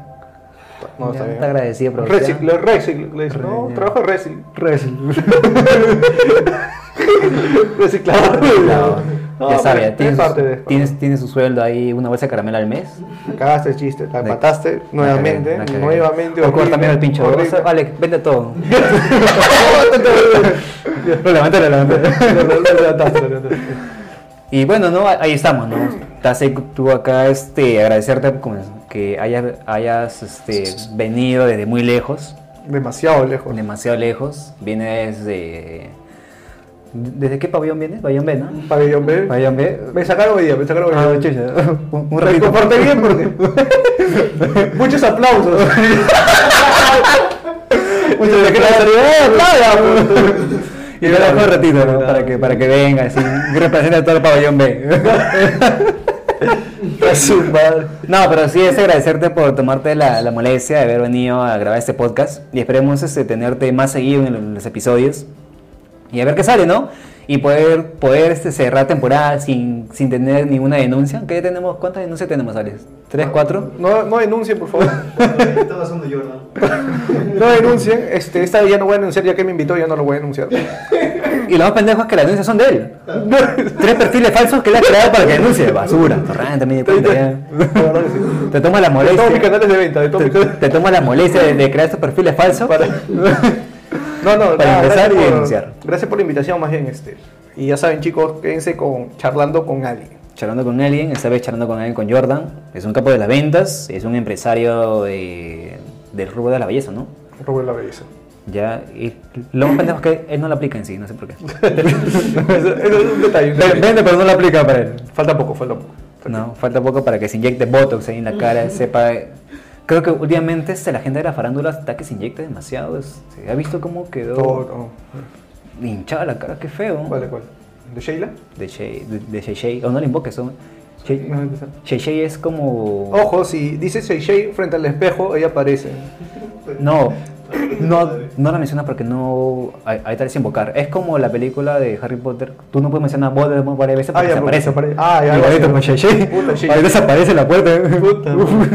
Speaker 3: No,
Speaker 1: Ya,
Speaker 3: está bien.
Speaker 1: Te agradecido, producción.
Speaker 3: Reciclo, reciclo, le dicen, no, trabajo de reciclo. Reciclador.
Speaker 1: Claro. ya
Speaker 3: No, pero
Speaker 1: sabes,
Speaker 3: es
Speaker 1: tienes,
Speaker 3: parte de-
Speaker 1: tienes, tienes su sueldo ahí, una bolsa de caramelo al mes.
Speaker 3: Cagaste el chiste, la
Speaker 1: De-
Speaker 3: mataste
Speaker 1: La
Speaker 3: nuevamente,
Speaker 1: cagué, la cagué.
Speaker 3: nuevamente.
Speaker 1: O
Speaker 3: horrible,
Speaker 1: también el pincho.
Speaker 3: horrible.
Speaker 1: Vale, vende todo. lo levanté, lo levanté.
Speaker 3: Lo- lo- lo levantaste, lo levantaste.
Speaker 1: Y bueno, no, ahí estamos, ¿no? Estás ahí tú acá, este, agradecerte como que hayas, hayas este, venido desde muy lejos,
Speaker 3: Demasiado lejos.
Speaker 1: demasiado lejos. Viene desde. ¿Desde qué pabellón vienes? Pabellón B, ¿no?
Speaker 3: Pabellón B.
Speaker 1: Pabellón B.
Speaker 3: Me sacaron hoy día, me sacaron hoy día.
Speaker 1: Ah, chucha. Un, un
Speaker 3: Me
Speaker 1: ratito.
Speaker 3: comporté bien porque. Muchos aplausos. Muchos aplausos.
Speaker 1: Y lo dejo un ratito, ¿no? Para que, para que venga, así, que represente todo el pabellón B. No, pero sí es agradecerte por tomarte la, la molestia de haber venido a grabar este podcast y esperemos este, tenerte más seguido en los- los episodios y a ver qué sale, ¿no? Y poder, poder este, cerrar temporada sin, sin tener ninguna denuncia. ¿Qué tenemos? ¿Cuántas denuncias tenemos, Alex? ¿Tres, cuatro?
Speaker 3: No, no denuncien, por favor.
Speaker 5: Estaba haciendo yo, ¿no?
Speaker 3: No denuncien. Este, esta vez ya no voy a denunciar, ya que me invitó, ya no lo voy a denunciar.
Speaker 1: Y lo más pendejo es que las denuncias son de él. Tres perfiles falsos que él ha creado para que denuncie. Basura, torrante, me di cuenta ya.
Speaker 3: La verdad que sí.
Speaker 1: Te toma la
Speaker 3: De todos mis
Speaker 1: molestia.
Speaker 3: canales de venta, de todos
Speaker 1: Te,
Speaker 3: mis canales.
Speaker 1: te toma la molestia de, de crear estos perfiles falsos.
Speaker 3: Para- No,
Speaker 1: Para
Speaker 3: no,
Speaker 1: empezar
Speaker 3: nada, gracias
Speaker 1: y
Speaker 3: por-
Speaker 1: denunciar.
Speaker 3: Gracias por la invitación, más bien. Este. Y ya saben, chicos, quédense con charlando con alguien.
Speaker 1: Charlando con alguien, esta vez charlando con alguien con Jordan. Es un capo de las ventas, es un empresario eh, del rubro de la belleza, ¿no?
Speaker 3: Rubén la belleza.
Speaker 1: Ya, y lo más pendejo es que él no lo aplica en sí, no sé por qué.
Speaker 3: Eso- eso es un detalle. un detalle.
Speaker 1: pero no lo aplica para él.
Speaker 3: Falta poco, falta poco.
Speaker 1: No, falta poco para que se inyecte Botox ahí en la cara, sepa... Creo que últimamente este, la gente de la farándula está que se inyecta demasiado. Se ha visto cómo quedó
Speaker 3: Todo, todo.
Speaker 1: hinchada la cara, qué feo.
Speaker 3: ¿Cuál, cuál? ¿De Sheila?
Speaker 1: De Shay, de, de Shay Shay. O no le invoques, son... Shay,
Speaker 3: No, no sé.
Speaker 1: Shay Shay es como...
Speaker 3: Ojo, si dice Shay frente al espejo, ella aparece.
Speaker 1: No, no, no la menciona porque no. Ahí ahí está el invocar. Es como la película de Harry Potter. Tú no puedes mencionar a Voldemort varias veces porque
Speaker 3: Ah, ya, porque
Speaker 1: desaparece.
Speaker 3: desaparece. Ah, ya,
Speaker 1: Igualito
Speaker 3: ya.
Speaker 1: como Shea-Shea.
Speaker 3: Puta, Shea-Shea.
Speaker 1: Ahí desaparece en la puerta.
Speaker 3: Puta,
Speaker 1: Uf.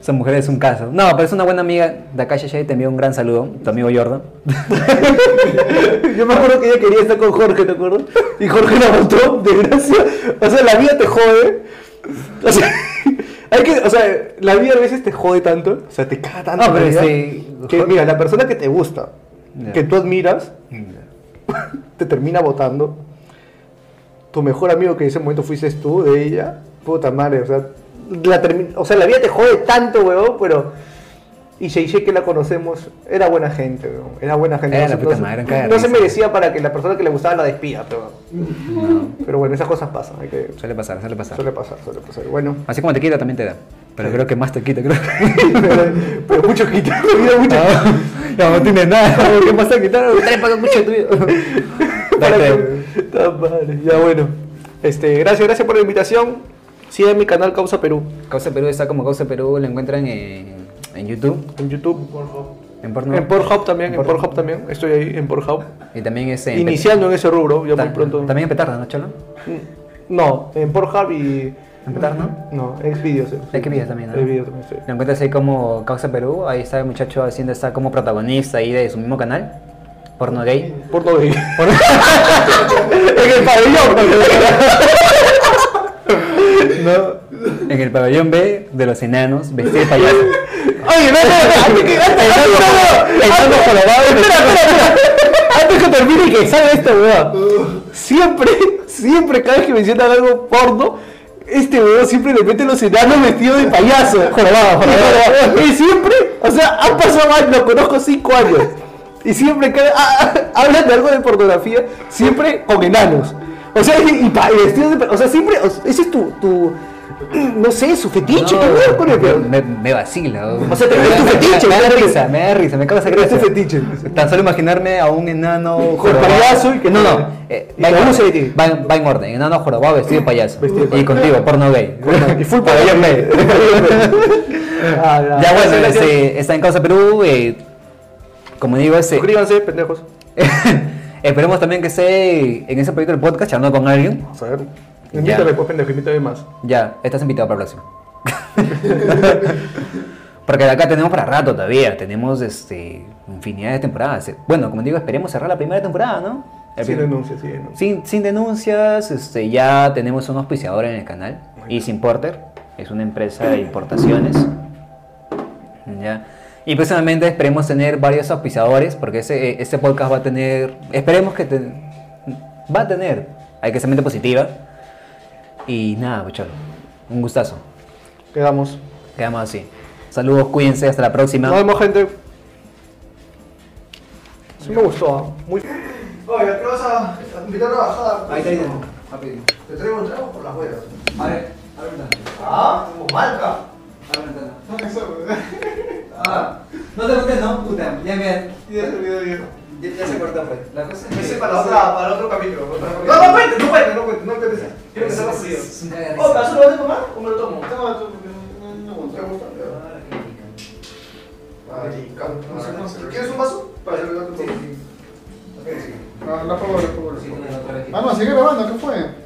Speaker 1: Esa mujer es un caso. No, pero es una buena amiga de acá, Shea-Shea, Te envío un gran saludo. Tu amigo Jordan.
Speaker 3: Yo me acuerdo que ella quería estar con Jorge, ¿te acuerdas? Y Jorge la botó, de gracia. O sea, la vida te jode. O sea, hay que, o sea, la vida a veces te jode tanto. O sea, te caga tanto.
Speaker 1: No, pero
Speaker 3: la vida,
Speaker 1: sí,
Speaker 3: Que,
Speaker 1: Jorge-
Speaker 3: mira, la persona que te gusta,
Speaker 1: Ya.
Speaker 3: que tú admiras, te termina votando. Tu mejor amigo que en ese momento fuiste tú, de ella. Puta madre, o sea, la, termi- o sea, la vida te jode tanto, weón, pero... Y Sheishe que la conocemos, era buena gente, weón. Era buena gente.
Speaker 1: Era
Speaker 3: no
Speaker 1: la
Speaker 3: se-
Speaker 1: puta
Speaker 3: no se-
Speaker 1: madre, caga de
Speaker 3: no se
Speaker 1: risa.
Speaker 3: merecía para que la persona que le gustaba la despida, pero... Pero bueno, esas cosas pasan, hay que...
Speaker 1: Suele pasar, suele pasar.
Speaker 3: Suele pasar, suele pasar. Bueno,
Speaker 1: Así como te quita, también te da. Pero creo que más te quita, creo.
Speaker 3: pero, pero mucho quitar, mucho
Speaker 1: Ah, Ya no tienes nada. ¿Qué pasa? Quitar. Tres pagas mucho de tu vida.
Speaker 3: Para
Speaker 1: Dale.
Speaker 3: que- Puta madre, Ya bueno.
Speaker 2: Este, gracias, gracias por la invitación. Sigue mi canal Causa Perú
Speaker 1: Causa Perú está como Causa Perú, la encuentran en, en YouTube,
Speaker 2: en YouTube.
Speaker 3: Por favor.
Speaker 1: en porno.
Speaker 2: En Pornhub también, en
Speaker 1: En Pornhub.
Speaker 2: Pornhub también. Estoy ahí en Pornhub.
Speaker 1: y también es en.
Speaker 2: Iniciando en ese rubro, ya muy
Speaker 1: ta-
Speaker 2: pronto. Mm,
Speaker 1: También en Petarda, ¿no, Cholo?
Speaker 2: No, en Pornhub y.
Speaker 1: En Petarda, ¿no?
Speaker 2: No, Xvideos. sí.
Speaker 1: Xvideos también, ¿no?
Speaker 2: Xvideos también, sí.
Speaker 1: Lo encuentras ahí como Causa Perú, ahí está el muchacho haciendo, está como protagonista ahí de su mismo canal, porno gay.
Speaker 2: Porno gay. en el pabellón. porque- no.
Speaker 1: En el pabellón B de los enanos, vestido de payaso.
Speaker 2: Oye, no, no, no, antes que, antes, antes, no, no,
Speaker 1: Enano
Speaker 2: antes-
Speaker 1: jorobado.
Speaker 2: espera, espera, espera. Antes que termine y que salga esta weón. Siempre, siempre, cada vez que mencionan algo porno, este weón siempre le mete los enanos vestidos de payaso. Jorobado, jorobado. Y siempre, o sea, han pasado años, lo conozco 5 años. Y siempre que ah, ah, hablan de algo de pornografía, siempre con enanos. O sea, y, y pa- y vestidos de pa- O sea, siempre, o sea, ese es tu, tu, no sé, su fetiche,
Speaker 1: No,
Speaker 2: qué weón con el weón.
Speaker 1: me, me vacila.
Speaker 2: O sea, te-
Speaker 1: me,
Speaker 2: es tu
Speaker 1: me-
Speaker 2: fetiche,
Speaker 1: me da
Speaker 2: claro.
Speaker 1: risa, me da risa, me causa
Speaker 2: Pero es
Speaker 1: gracia.
Speaker 2: tu fetiche.
Speaker 1: Tan solo imaginarme a un enano jorobado.
Speaker 2: payaso y que-
Speaker 1: no, no. eh,
Speaker 2: y
Speaker 1: va, en
Speaker 2: que
Speaker 1: orden,
Speaker 2: abuse de ti.
Speaker 1: va en- va en orden. Enano jorobado vestido de payaso.
Speaker 2: Vestido de
Speaker 1: Y contigo, porno gay.
Speaker 2: Y full pabellón B. Ah,
Speaker 1: ya bueno, este, está en Causa Perú. eh, como digo, ese,
Speaker 2: Suscríbanse, pendejos.
Speaker 1: esperemos también que esté en ese proyecto del podcast charlando con alguien.
Speaker 2: Vamos a ver. Invítame, pues, pendejo, invítame más.
Speaker 1: Ya, estás invitado para el próximo. Porque de acá tenemos para rato todavía, tenemos este, infinidad de temporadas. Bueno, como digo, esperemos cerrar la primera temporada, ¿no? El
Speaker 2: Sin
Speaker 1: prim-
Speaker 2: denuncia, sin denuncia.
Speaker 1: sin, sin denuncias, este, ya tenemos un auspiciador en el canal, Easy Importer, es una empresa de importaciones. Ya. Y próximamente esperemos tener varios auspiciadores, porque ese, ese podcast va a tener, esperemos que te- va a tener, hay que ser mente positiva. Y nada, muchachos, un gustazo.
Speaker 2: Quedamos.
Speaker 1: Quedamos así. Saludos, cuídense, hasta la próxima.
Speaker 2: Nos vemos, gente. Sí me gustó, ah. muy...
Speaker 3: Oye, ¿qué vas a a invitar a bajar?
Speaker 1: Ahí te digo,
Speaker 3: Te traigo un trago por las huevas.
Speaker 1: A ver,
Speaker 3: Ah, como marca. No me Ah,
Speaker 1: No te gustes, no, puta, ya
Speaker 3: y ya se olvidó viejo.
Speaker 1: Ya, ya se cortó, pues. La cosa es
Speaker 3: Ese
Speaker 1: que-
Speaker 3: para, la otra, para otro capítulo. No, no cuentes, no cuentes, no cuentes, no cuentes. Quiero que salga frío.
Speaker 1: Es un cagarrisa.
Speaker 3: Oh, ¿pero solo vas a tomar o me lo tomo? No, no, no, no, ¿Te gusta? Ay, cabrón, no sé, no sé. ¿Quieres un vaso? Para servirlo a tu sí.
Speaker 6: Ah, la favor, la favor. Vamos a seguir grabando, ¿qué fue?